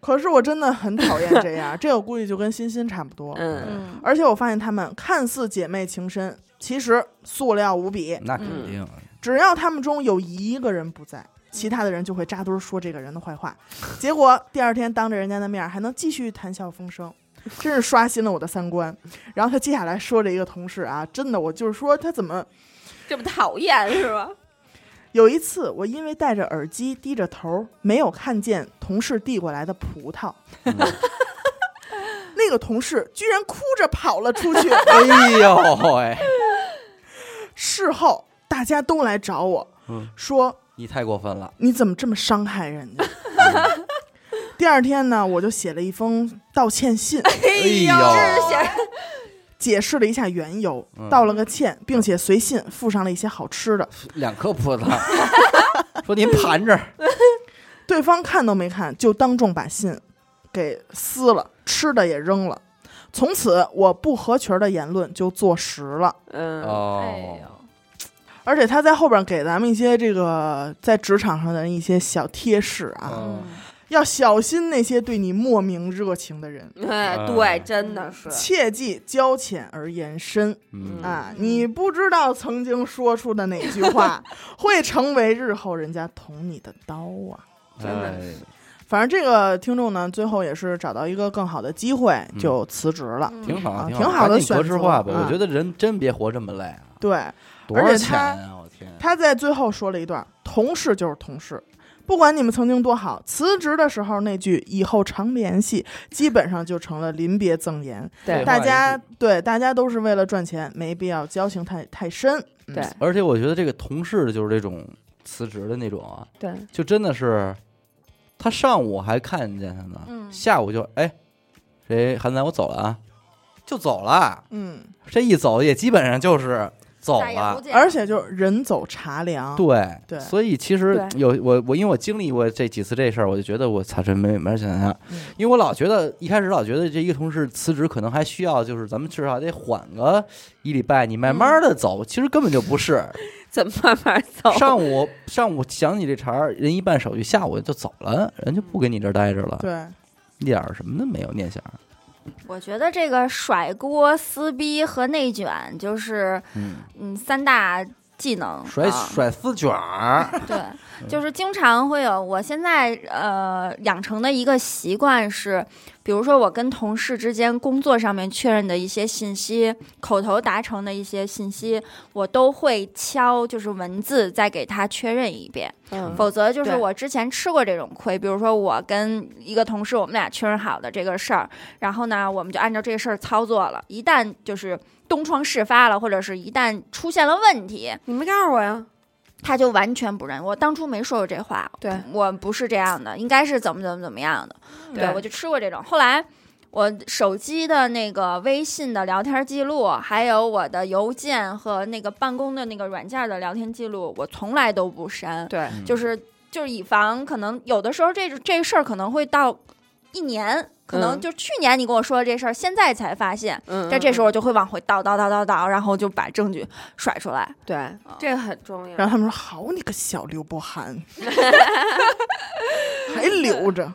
可是我真的很讨厌这样，这我估计就跟欣欣差不多。
嗯，
嗯，
而且我发现她们看似姐妹情深，其实塑料无比。
那肯
嗯
定。
只要她们中有一个人不在，其他的人就会扎堆儿说这个人的坏话，结果第二天当着人家的面儿还能继续谈笑风生。真是刷新了我的三观。然后她接下来说着一个同事啊，真的，我就是说她怎么
这么讨厌是吧？
有一次，我因为戴着耳机低着头，没有看见同事递过来的葡萄。
嗯
那个同事居然哭着跑了出 去。
哎呦喂，
事后大家都来找我
嗯
说
你太过分了：“。
你怎么这么伤害人家？” 第二天呢，我就写了一封道歉信，
哎
哎
这是想
解释了一下缘由
嗯，
道了个歉，并且随信附上了一些好吃的。
两颗葡 萄，说您盘着，
对方看都没看，就当众把信给撕了，吃的也扔了。从此，我不合群的言论就坐实了。
嗯，
哎
哦，
呦，
而且他在后边给咱们一些这个在职场上的人一些小贴士啊，
嗯
嗯
要小心那些对你莫名热情的
嗯
人，
哎，对，真的是，
切忌交浅而言深
嗯
啊！
嗯
你不知道曾经说出的哪句 话会成为日后人家捅你的刀啊！
真的
哎
反正这个听众呢，最后也是找到一个更好的机会
嗯
就辞职了。
嗯
挺好，
啊
好，
挺好的
赶紧格式化吧。
选择
我觉得人真别活这么累啊，
对，
多少钱啊！我天，
他在最后说了一段：“同事就是同事，不管你们曾经多好，辞职的时候那句‘以后常联系’，基本上就成了临别赠言。
对
大家对大家都是为了赚钱，没必要交情太太深。嗯
对
而且我觉得这个同事就是这种辞职的那种啊，
对，
就真的是，他上午还看见他呢，
嗯
下午就哎，谁韩仔我走了啊，就走了。
嗯，
这一走也基本上就是走
再也不
了，
见
而且就是人走茶凉。
对
对
所以其实
对
有我我因为我经历过这几次这事儿，我就觉得我操这没没想象，
嗯
因为我老觉得一开始老觉得这一个同事辞职可能还需要就是咱们至少得缓个一礼拜，你慢慢的走，其实根本就不是，
怎么慢慢走？
上午上午想你这茬儿，人一办手续，下午就走了，人就不跟你这儿待着了，
对，
一点儿什么都没有念想，
我觉得这个甩锅、撕逼和内卷，就是
嗯，
嗯三大技能。
甩嗯
啊
甩丝卷儿，
对，就是经常会有。我现在呃养成的一个习惯是，比如说我跟同事之间工作上面确认的一些信息，口头达成的一些信息，我都会敲，就是文字再给他确认一遍。
嗯
否则就是
对
我之前吃过这种亏，比如说我跟一个同事，我们俩确认好的这个事儿，然后呢，我们就按照这个事儿操作了。一旦就是东窗事发了，或者是一旦出现了问题，
你没告诉我呀？
他就完全不认。我当初没说过这话，
对嗯
我不是这样的，应该是怎么怎么怎么样的。对
对
我就吃过这种。后来我手机的那个微信的聊天记录，还有我的邮件和那个办公的那个软件的聊天记录，我从来都不删，
对，
嗯
就是就是以防可能有的时候这这事儿可能会到一年，可能
嗯
就去年你跟我说的这事儿，现在才发现。
嗯，
但这时候我就会往回倒倒倒倒倒，然后就把证据甩出来。
对，这个很重要
然。后他们说：“好你个小刘伯涵， 还留着。”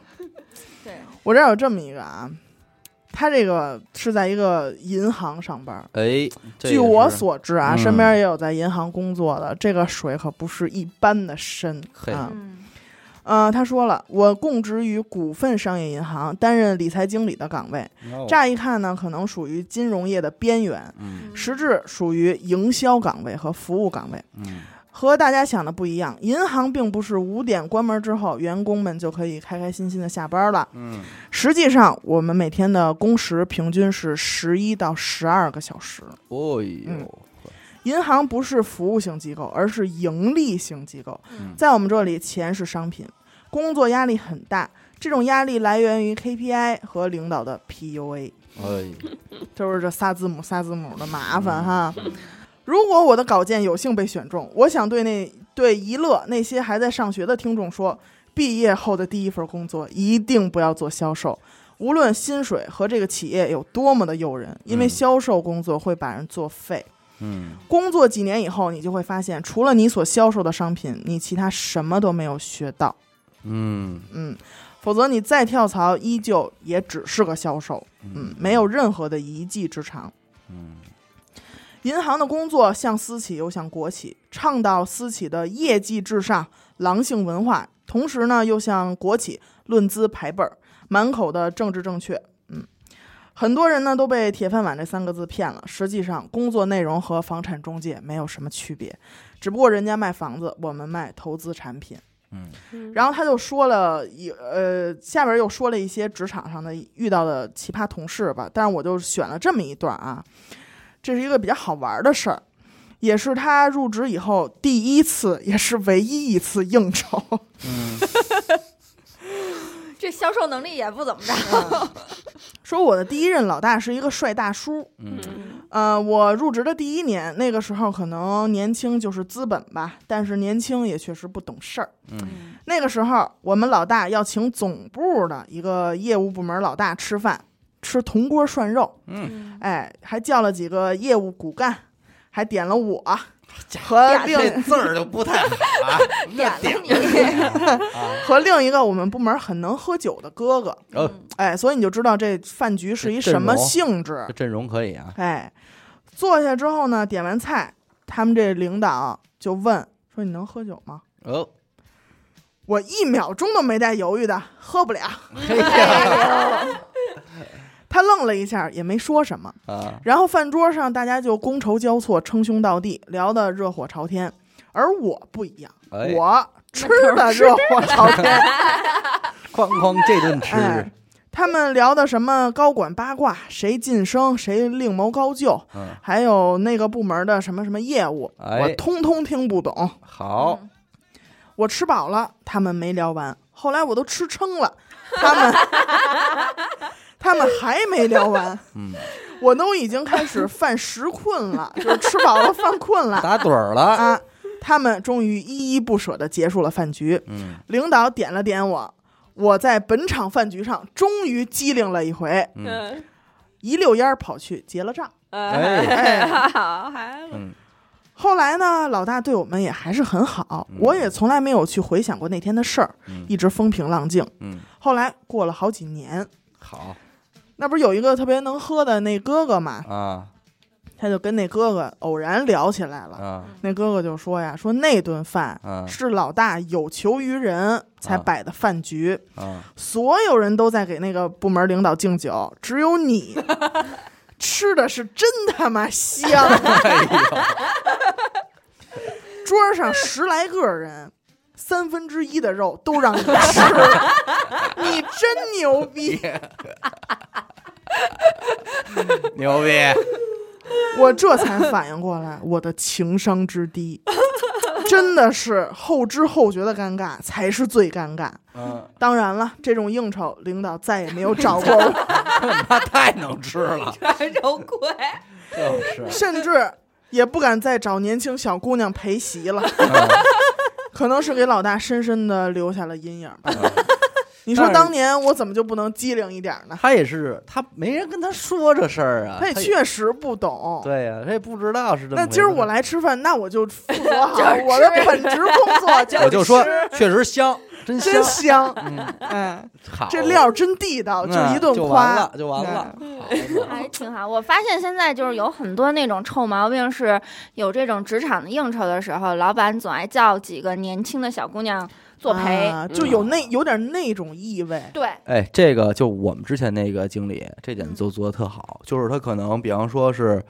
对，
我这儿有这么一个啊，他这个是在一个银行上班儿。
哎，这
据
也
我
是，
所知啊，
嗯
身边也有在银行工作的，这个水可不是一般的深
嘿
啊。
嗯，
呃，他说了，我供职于股份商业银行，担任理财经理的岗位。
哦
乍一看呢，可能属于金融业的边缘，
嗯
实质属于营销岗位和服务岗位。
嗯
和大家想的不一样，银行并不是五点关门之后，员工们就可以开开心心的下班了。
嗯，
实际上，我们每天的工时平均是十一到十二个小时。
哦
嗯
呦，
银行不是服务型机构，而是盈利型机构。
嗯
在我们这里，钱是商品，工作压力很大，这种压力来源于 KPI 和领导的 PUA，
哎呦，
就是这仨字母仨字母的麻烦哈。如果我的稿件有幸被选中，我想对那对一乐那些还在上学的听众说，毕业后的第一份工作一定不要做销售。无论薪水和这个企业有多么的诱人，因为
嗯
销售工作会把人做废。
嗯，
工作几年以后，你就会发现，除了你所销售的商品，你其他什么都没有学到。
嗯，
嗯，否则你再跳槽，依旧也只是个销售。嗯，没有任何的一技之长。
嗯，
银行的工作像私企又像国企，倡导私企的业绩至上、狼性文化，同时呢又像国企论资排辈儿，满口的政治正确。嗯，很多人呢都被“铁饭碗”这三个字骗了。实际上，工作内容和房产中介没有什么区别，只不过人家卖房子，我们卖投资产品。
嗯，
然后他就说了一呃，下边又说了一些职场上的遇到的奇葩同事吧，但是我就选了这么一段啊，这是一个比较好玩的事儿，也是他入职以后第一次，也是唯一一次应酬。
嗯
这销售能力也不怎么着。
说我的第一任老大是一个帅大叔，
嗯，
呃，我入职的第一年，那个时候可能年轻就是资本吧，但是年轻也确实不懂事儿。
嗯，
那个时候我们老大要请总部的一个业务部门老大吃饭，吃铜锅涮肉，
嗯
哎，还叫了几个业务骨干，还点了我
家
和另
这字儿就不太好啊，那
点
点
了你
儿啊，
和另一个我们部门很能喝酒的哥哥，
哦
嗯
哎，所以你就知道这饭局是一
这阵
什么
容
性质
这。阵容可以啊，
哎，坐下之后呢，点完菜，他们这领导就问说：“你能喝酒吗？”
哦，
我一秒钟都没带犹豫的，喝不了。
嘿哎呀，
他愣了一下，也没说什么。
啊，
然后饭桌上大家就觥筹交错，称兄道弟，聊得热火朝天。而我不一样，
哎，
我吃的热火朝天。
哐哐这顿吃，
哎他们聊的什么高管八卦，谁晋升，谁另谋高就，
嗯，
还有那个部门的什么什么业务，我
哎，
通通听不懂。
好，
我吃饱了，他们没聊完。后来我都吃撑了，他们 他们还没聊完，
嗯，
我都已经开始犯食困了，就是吃饱了犯困了
打盹儿了，
啊。他们终于依依不舍地结束了饭局。
嗯
领导点了点我，我在本场饭局上终于机灵了一回，
嗯，
一溜烟儿跑去结了账。
哎，好孩子，
嗯
后来呢，老大对我们也还是很好，
嗯
我也从来没有去回想过那天的事儿，
嗯
一直风平浪静。
嗯，
后来过了好几年，
好
那不是有一个特别能喝的那哥哥嘛，
啊
他就跟那哥哥偶然聊起来了。
啊
那哥哥就说呀，说那顿饭
啊
是老大有求于人才
啊
摆的饭局，
啊，
所有人都在给那个部门领导敬酒，只有 你吃的是真他妈香。
哎呦，
桌上十来个人，三分之一的肉都让你吃，你真牛 逼！
牛逼，
我这才反应过来，我的情商之低，真的是后知后觉的尴尬才是最尴尬。
嗯，
当然了，这种应酬领导再也没有找过 我，
他太能吃了，
肉桂，
就 是，
甚至也不敢再找年轻小姑娘陪席了，
嗯
可能是给老大深深的留下了阴影吧。
嗯
你说
但是
当年我怎么就不能机灵一点呢？
他也是，他没人跟他说这事儿啊，
他也确实不懂。
对呀，他也不知道是这么，
那今儿我，来吃饭，那我就负 责好我的本职工 作，
我
就
就是说确实香，真
真香，
香，嗯，
哎，
好，
这料真地道，就一顿
就
夸
完
嗯
了，。就完了，
嗯还挺好。我发现现在就是有很多那种臭毛病，是有这种职场的应酬的时候，老板总爱叫几个年轻的小姑娘作陪。
啊就
嗯
有那有点那种意味。
对，
哎，这
嗯
个就我们之前那个经理，这点做做的特好，就是他可能比方说是，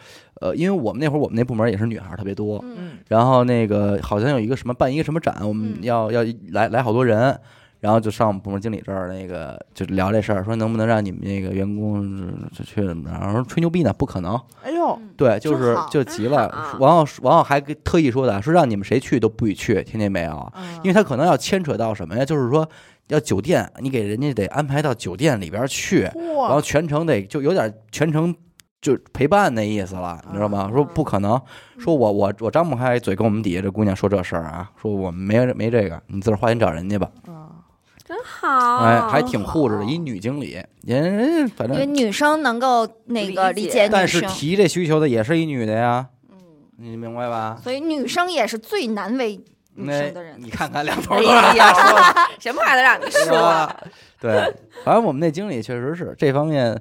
呃，因为我们那会儿我们那部门也是女孩儿特别多，
嗯，
嗯，
然后那个好像有一个什么办一个什么展，我们
嗯
要、要来来好多人，然后就上我们部门经理这儿那个就聊这事儿，说能不能让你们那个员工呃就去怎么着，然后吹牛逼呢，不可能，
哎呦，
对，就
真
是
好
就急
真
了
嗯
好。
王浩王浩还给特意说的，说让你们谁去都不许去，听见没有？
嗯啊
因为他可能要牵扯到什么呀？就是说要酒店，你给人家得安排到酒店里边去，然后
嚯，
全程得就有点全程就陪伴那意思了，你知道吗？说
嗯
不可能，说我我我张不开嘴跟我们底下这姑娘说这事儿啊，说我们没没这个，你自个儿花钱找人家吧。
啊
真好，
哎，还挺护着的，一女经理，人人家反
哦因为
正，
女生能够那个
理
理
解
解女
但是
生，
提这需求的也是一女的呀，
嗯，
你明白吧？
所以女生也是最难为女
那
生的人。
你看看两头
哎
都让他说了，
呀，什么话都让你
是
说，嗯
啊
吧？ 对，反正我们那经理确实是这方面，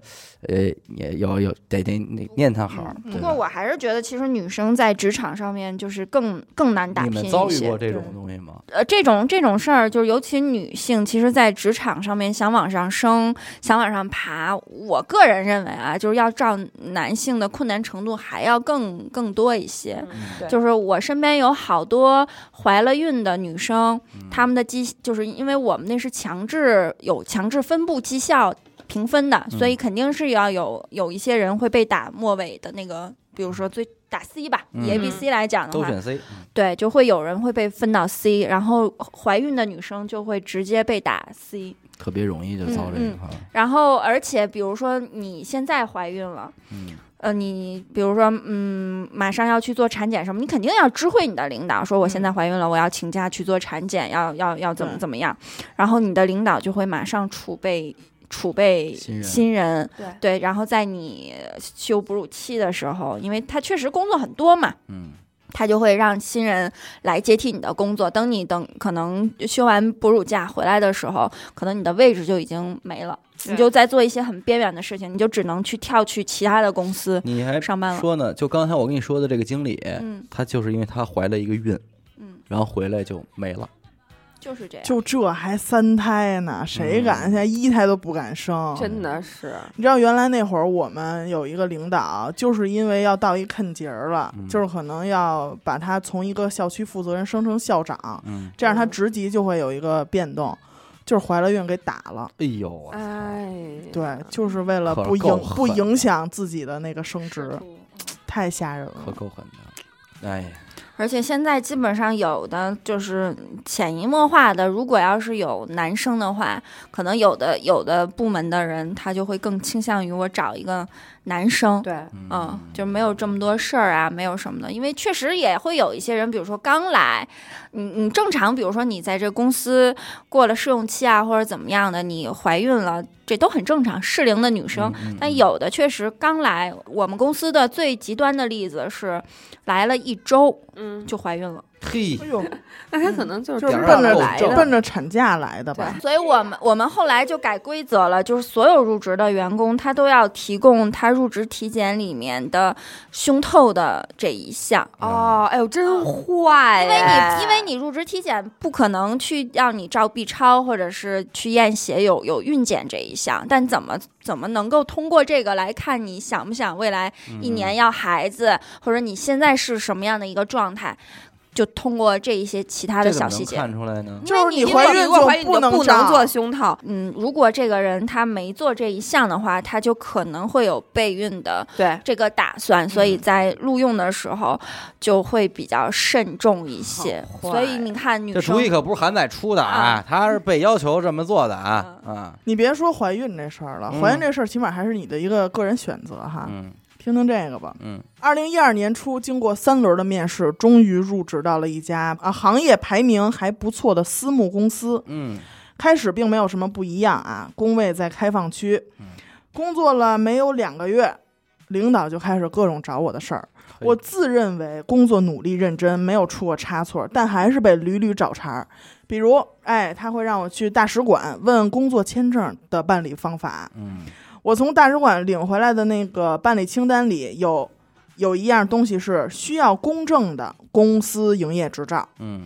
呃，也有有得得得念他好。
嗯
对
不
吧
过我还是觉得，其实女生在职场上面就是更更难打
你
拼
们
一
遭遇
些
过这种
对
东西吗？
呃，这种这种事儿，就是尤其女性，其实，在职场上面想往上升、想往上爬，我个人认为啊，就是要照男性的困难程度还要更更多一些。
对
就是我身边有好多怀了孕的女生，
嗯
她们的绩就是因为我们那是强制有强制分布绩效评分
嗯
的，所以肯定是要有有一些人会被打末尾的那个，比如说最打 C 吧，以
嗯
A B C 来讲的
都
话，
选 C，
对，就会有人会被分到 C，然后怀孕的女生就会直接被打 C。
特别容易就遭这
嗯
个
嗯
哈。
然后，而且比如说你现在怀孕了，
嗯，
呃，你比如说，嗯，马上要去做产检什么，你肯定要知会你的领导，说我现在怀孕了，我要请假去做产检，要要要怎么
对
怎么样。然后你的领导就会马上储备储备
新人
新人，
对
对，然后在你休哺乳期的时候，因为他确实工作很多嘛，
嗯，
他就会让新人来接替你的工作。等你等可能休完哺乳假回来的时候，可能你的位置就已经没了，
对
你就在做一些很边缘的事情，你就只能去跳去其他的公司
你还
上班了。
说呢？就刚才我跟你说的这个经理，
嗯
她就是因为她怀了一个孕，
嗯，
然后回来就没了。
就是这样。
就这还三胎呢，谁敢？
嗯
现在一胎都不敢生。
真的是，
你知道原来那会儿我们有一个领导，就是因为要到一坎节儿了，
嗯
就是可能要把他从一个校区负责人升成校长，
嗯，
这样他
嗯
职级就会有一个变动，就是怀了孕给打了。
哎呦，我操
呃
哎，
对，就是为了
可
不
够
影
狠
不
的
影响自己的那个升职，
嗯
太吓人
可
了。
够狠的。哎呀，
而且现在基本上有的就是潜移默化的，如果要是有男生的话，可能有的有的部门的人他就会更倾向于我找一个男生，
对，
嗯，就没有这么多事儿啊，没有什么的，因为确实也会有一些人，比如说刚来，你你正常，比如说你在这公司过了试用期啊，或者怎么样的，你怀孕了，这都很正常，适龄的女生。
嗯，嗯
但有的确实刚来，我们公司的最极端的例子是，来了一周
嗯，
就怀孕了。
嘿
哎，呦，
那他可能就是
就是
点儿
奔
上
着
来
就
的，
奔着产假来的吧？
所以我们我们后来就改规则了，就是所有入职的员工，他都要提供他入职体检里面的胸透的这一项。
哦，哎呦，真坏哎
因为你因为你入职体检不可能去让你照 B 超或者是去验血有有孕检这一项，但怎么怎么能够通过这个来看你想不想未来
嗯
一年要孩子，或者你现在是什么样的一个状态，就通过这一些其他的
这怎
小
么
细
能
节。
看出来呢？
就
因
是
为
你怀
你如
孕
果怀孕
就
你就
能
不
照
能做胸套，
嗯，如果这个人他没做这一项的话，他就可能会有备孕的
对，
这个打算，
嗯
所以在录用的时候就会比较慎重一些。
好坏
所以你看，女
这主意
生
可不是韩仔出的啊， 他是被要求这么做的啊
嗯
啊，
你别说怀孕这事儿了，
嗯
怀孕这事儿起码还是你的一个个人选择哈。
嗯
听听这个吧。
嗯，
二零一二年初，经过三轮的面试，终于入职到了一家啊行业排名还不错的私募公司。
嗯
开始并没有什么不一样啊，工位在开放区
嗯。
工作了没有两个月，领导就开始各种找我的事儿。
嘿
我自认为工作努力认真，没有出过差错，但还是被屡屡找茬儿。比如，哎，他会让我去大使馆问工作签证的办理方法，
嗯
我从大使馆领回来的那个办理清单里有有一样东西是需要公证的公司营业执照。
嗯，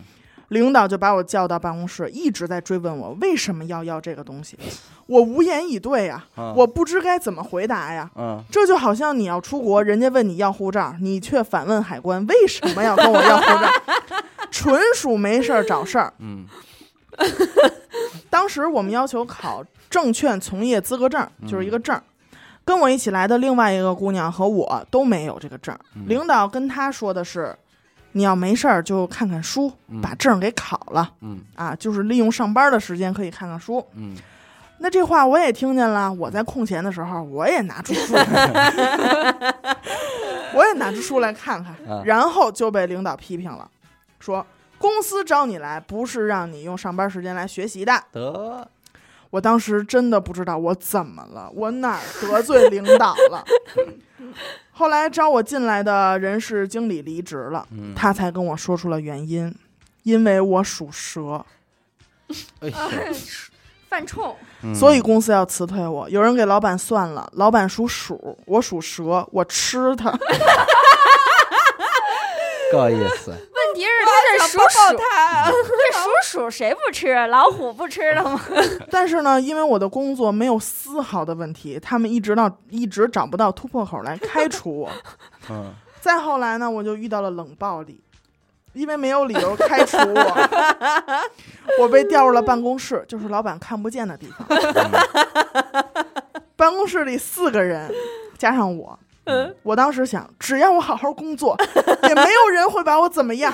领导就把我叫到办公室，一直在追问我为什么要要这个东西。我无言以对呀、
啊
我不知该怎么回答呀。
嗯，
这就好像你要出国，人家问你要护照，你却反问海关为什么要跟我要护照， 纯属没事儿找事儿。
嗯
当时我们要求考证券从业资格证，
嗯
就是一个证儿。跟我一起来的另外一个姑娘和我都没有这个证儿。
嗯
领导跟她说的是，你要没事儿就看看书，
嗯
把证儿给考了
嗯
啊，就是利用上班的时间可以看看书。
嗯
那这话我也听见了，我在空闲的时候我也拿出书来， 我也拿出书来看看，
啊
然后就被领导批评了，说公司招你来不是让你用上班时间来学习的。
得
我当时真的不知道我怎么了，我哪儿得罪领导 了。后来招我进来的人事经理离职了，
嗯
他才跟我说出了原因，因为我属蛇，
哎呦
啊犯冲，
嗯
所以公司要辞退我。有人给老板算了，老板属鼠，我属蛇，我吃他。
个意思，
问题是啊他是鼠鼠，
他，
这鼠鼠谁不吃？老虎不吃了吗？
但是呢，因为我的工作没有丝毫的问题，他们一直到一直找不到突破口来开除我。
嗯
再后来呢，我就遇到了冷暴力，因为没有理由开除我，我被调入了办公室，就是老板看不见的地方。
嗯
办公室里四个人，加上我。
嗯
我当时想，只要我好好工作，也没有人会把我怎么样。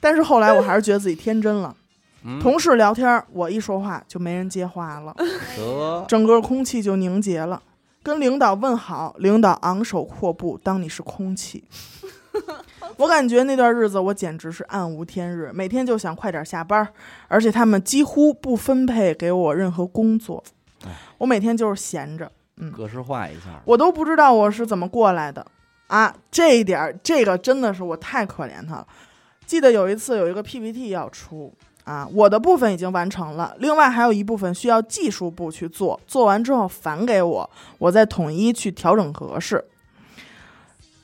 但是后来我还是觉得自己天真了。
嗯
同事聊天，我一说话就没人接话了，
得
整个空气就凝结了。跟领导问好，领导昂首阔步，当你是空气。我感觉那段日子我简直是暗无天日，每天就想快点下班儿，而且他们几乎不分配给我任何工作，我每天就是闲着。
格式化一下，
我都不知道我是怎么过来的啊！这一点儿，这个真的是我太可怜他了。记得有一次有一个 PPT 要出啊，我的部分已经完成了，另外还有一部分需要技术部去做，做完之后返给我，我再统一去调整格式。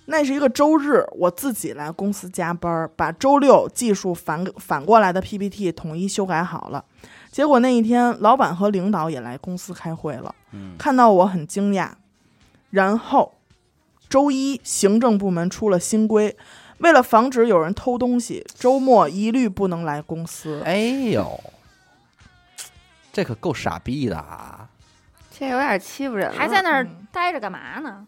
那是一个周日，我自己来公司加班儿，把周六技术反反过来的 PPT 统一修改好了。结果那一天，老板和领导也来公司开会了，
嗯
看到我很惊讶，然后周一行政部门出了新规，为了防止有人偷东西，周末一律不能来公司。
哎呦，这可够傻逼的啊！
这有点欺负人了，
还在那儿
嗯
待着干嘛呢？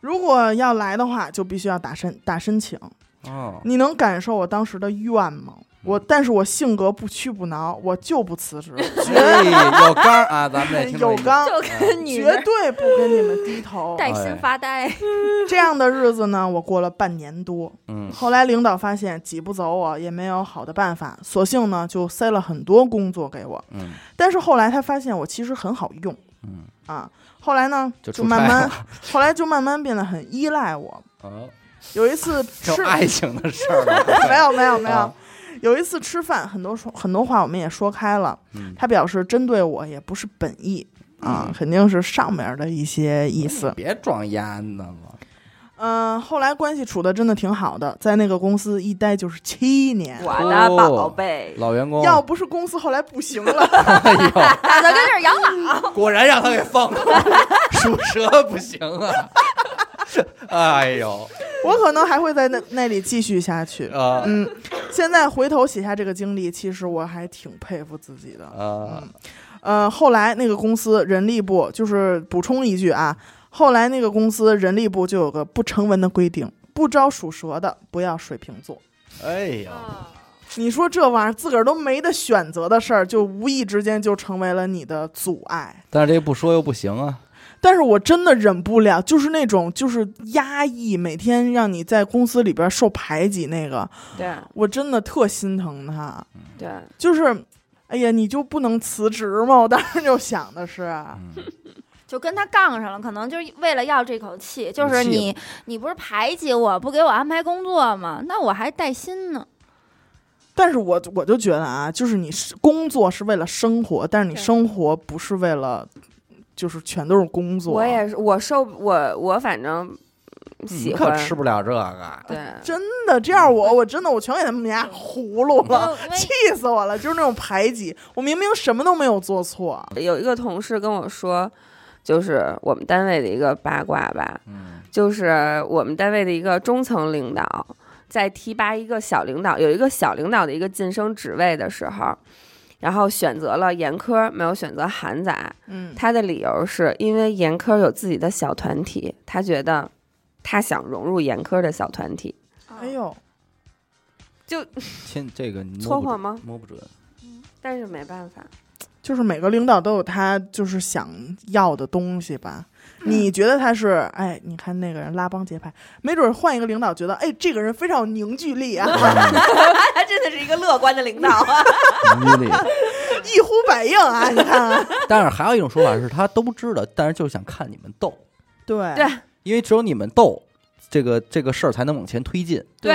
如果要来的话，就必须要打申打申请。
哦，
你能感受我当时的怨吗？我，但是我性格不屈不挠，我就不辞职，
哎，有刚儿啊，咱们这听众
哎有
里
刚，
就跟女
绝
人
对不跟你们低头。
带
哎
薪发呆，
这样的日子呢，我过了半年多。
嗯
后来领导发现挤不走我，也没有好的办法，索性呢就塞了很多工作给我。
嗯，
但是后来他发现我其实很好用，
嗯
啊，后来呢
就出
慢
差
慢
了，
后来就慢慢变得很依赖 我。
哦，
有一次吃
就爱情的事儿啊 了，
没有没有没有
啊，
有一次吃饭，很多说很多话我们也说开了，
嗯
他表示针对我也不是本意啊，肯定是上面的一些意思。
别装鸭子了，
嗯、后来关系处的真的挺好的，在那个公司一待就是七年。
我的宝贝，
老员工，
要不是公司后来不行了，
哎呦，
打算跟这儿养老。
果然让他给放了， 属蛇不行啊， 哎呦，
我可能还会在那那里继续下去。
啊
嗯，现在回头写下这个经历，其实我还挺佩服自己的。
啊，
呃，后来那个公司人力部，就是补充一句啊，后来那个公司人力部就有个不成文的规定，不招属蛇的，不要水瓶座。
哎呦，
啊
你说这玩意儿自个儿都没得选择的事儿，就无意之间就成为了你的阻碍。
但是这不说又不行啊，
但是我真的忍不了，就是那种就是压抑，每天让你在公司里边受排挤那个，
对
我真的特心疼他。
对，
就是，哎呀，你就不能辞职吗？我当时就想的是，
嗯
就跟他杠上了，可能就是为了要这口气，就是
气
你，你不是排挤我，不给我安排工作吗？那我还带薪呢。
但是我我就觉得啊，就是你是工作是为了生活，但是你
对
生活不是为了，就是全都是工作。
我也是，我受我我反正
嗯
喜
你可
欢。
吃不了这
啊
个。
对，
真的，这样我我真的我全给他们家葫芦了，
因为
气死我了！就是那种排挤，我明明什么都没有做错，
有一个同事跟我说，就是我们单位的一个八卦吧，
嗯，
就是我们单位的一个中层领导在提拔一个小领导，有一个小领导的一个晋升职位的时候，然后选择了严科，没有选择韩仔。
嗯，
他的理由是因为严科有自己的小团体，他觉得他想融入严科的小团体。
哎呦，
亲，这个你摸
错
不
话
准
吗？
摸不准，
但是没办法，
就是每个领导都有他就是想要的东西吧。
嗯
你觉得他是哎？你看那个人拉帮结派，没准换一个领导觉得哎，这个人非常有凝聚力啊，
嗯
他 真的是一个乐观的领导啊！
你得
一呼百应啊！你看 啊，
但是还有一种说法是，他都知道，但是就是想看你们斗，
对
对
因为只有你们斗，这个这个事儿才能往前推进，
对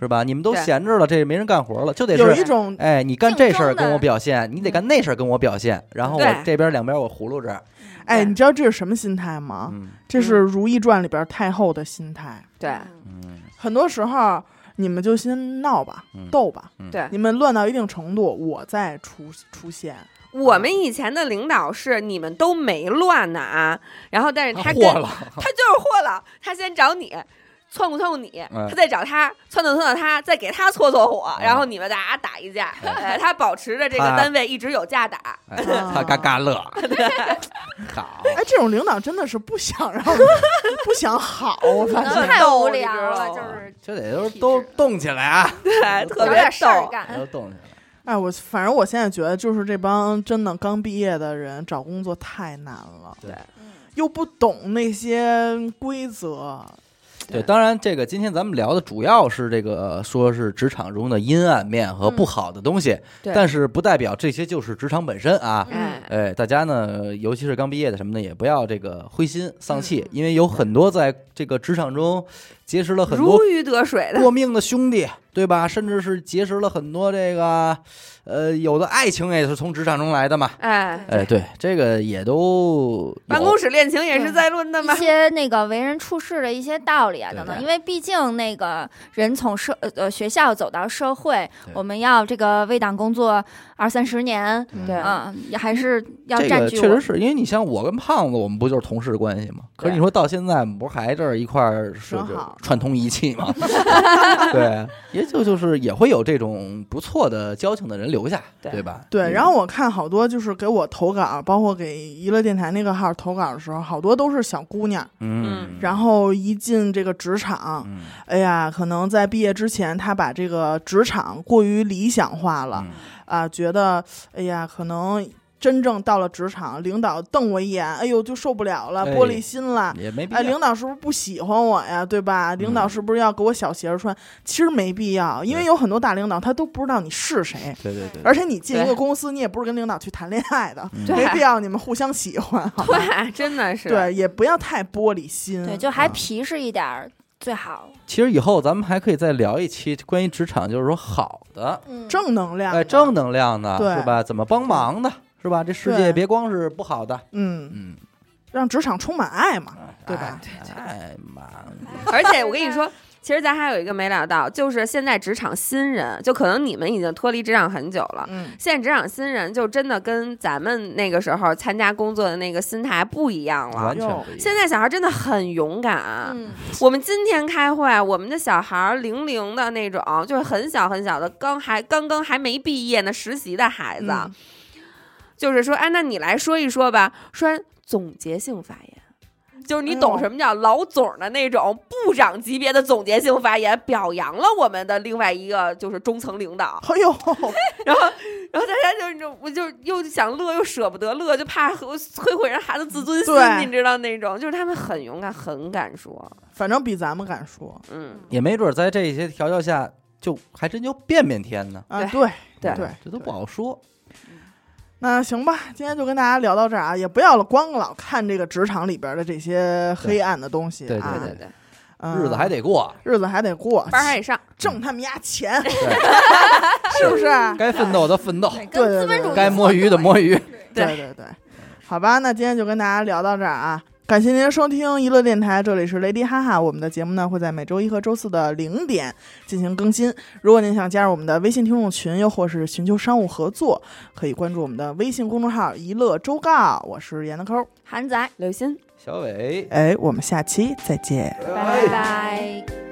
是吧？你们都
对
闲着了，这没人干活了，就得
有
是，
一种
哎，你干这事儿
竞争的
跟我表现，你得干那事儿跟我表现，然后我
对
这边两边我葫芦这儿，
哎，
对
你知道这是什么心态吗？
嗯
这是《如懿传》里边太后的心态。
对
嗯
很多时候，你们就先闹吧，
嗯
斗吧，
对，
你们乱到一定程度，我再出出现。
我们以前的领导是你们都没乱呢啊，然后但是他跟
过了，
他就是祸了，他先找你。窜咕窜咕你，
嗯
他再找他窜到窜到他，再给他搓搓火，然后你们大家打一架。哎他保持着这个
嗯他
单位一直有架打，
哎他嘎嘎乐，好，
哎，这种领导真的是不想让， 不想好，我
可
发
能
现。
太无
你知
聊了，
道
就
吗
是
就得都都动起来啊，
对，特
找
别
点事儿
逗。
干。
都动起来。
哎，我反正我现在觉得，就是这帮真的刚毕业的人找工作太难了，
对
又不懂那些规则。
对，当然，这个今天咱们聊的主要是这个，说是职场中的阴暗面和不好的东西，
对
但是不代表这些就是职场本身啊。
嗯
哎，
哎，大家呢，尤其是刚毕业的什么的，也不要这个灰心丧气，因为有很多在这个职场中结识了很多
如鱼得水的，
过命的兄弟，对吧？甚至是结识了很多这个，呃，有的爱情也是从职场中来的嘛。
哎，
哎，对，这个也都有
办公室恋情也是在论的
一
吗？
些那个为人处事的一些道理啊
对
等等，
对
因为毕竟那个人从社呃呃学校走到社会
对，
我们要这个为党工作二三十年，
嗯
对
啊，也还是要
这
占
个
据
确
我
实是因为你像我跟胖子，我们不就是同事关系吗？可是
对
你说到现在，我们不还这儿一块儿是
挺好
串通一气吗？对，也就就是也会有这种不错的交情的人留下，
对
对吧？
对，
嗯
然后我看好多就是给我投稿，包括给娱乐电台那个号投稿的时候，好多都是小姑娘，
嗯，
然后一进这个职场，
嗯
哎呀，可能在毕业之前，她把这个职场过于理想化了、
嗯
啊，觉得哎呀，可能真正到了职场，领导瞪我一眼，哎呦就受不了了，
哎
玻璃心了。
也没必
哎，
要嗯
领。导是不是不喜欢我呀？对吧？领导是不是要给我小鞋儿穿？其实没必要，因为
对
有很多大领导他都不知道你是谁，
对对对，
而且你进一
对
个公司，你也不是跟领导去谈恋爱 的，
对
没必 要你们互相喜欢。好吧
对，真的是。
对，也不要太玻璃心。
对，就还皮实一点儿最好。
其实以后咱们还可以再聊一期关于职场，就是说好的，
嗯，
正能量。
哎，正能量的，
对
是吧？怎么帮忙的，是吧？这世
对
界别光是不好的，
嗯，
嗯，
让职场充满爱嘛，对吧？
哎妈，
而且我跟你说，其实咱还有一个没聊到，就是现在职场新人，就可能你们已经脱离职场很久
啊
了。
嗯，
现在职场新人就真的跟咱们那个时候参加工作的那个心态不一样了
完。全不一样。
现在小孩真的很勇敢、啊
嗯，
我们今天开会，啊我们的小孩零零的那种，就是很小很小的，刚还刚刚还没毕业呢，实习的孩子，啊
啊
嗯
就是说，哎，那你来说一说吧，说总结性发言，就是你
哎
懂
呦
什么叫老总的那种部长级别的总结性发言，表扬了我们的另外一个就是中层领导，
哎呦，
然后，然后大家就是那种，我就又想乐又舍不得乐，就怕和摧毁人孩子自尊心，
对
你知道那种，就是他们很勇敢，很敢说，
反正比咱们敢说
嗯，
也没准儿在这些调教下，就还真就变变天呢。哎
啊。
对
对
对
对，
这都不好说。
那行吧，今天就跟大家聊到这儿啊，也不要光老看这个职场里边的这些黑暗的东西啊，
对
对
对
对对，
嗯
日子还 得过，
日子还得过，
班儿还得上，
挣他们家 钱，
对，
是不是？
该奋斗的奋斗，
对
跟
对
资本主
对
义
该摸鱼的摸鱼。
对对对，好吧，那今天就跟大家聊到这儿啊。感谢您的收听娱乐电台，这里是雷迪哈哈。我们的节目呢会在每周一和周四的零点进行更新。如果您想加入我们的微信听众群，又或是寻求商务合作，可以关注我们的微信公众号“娱乐周告”。我是闫德抠，
韩仔，
刘鑫。
小伟，
哎，我们下期再见。
拜拜。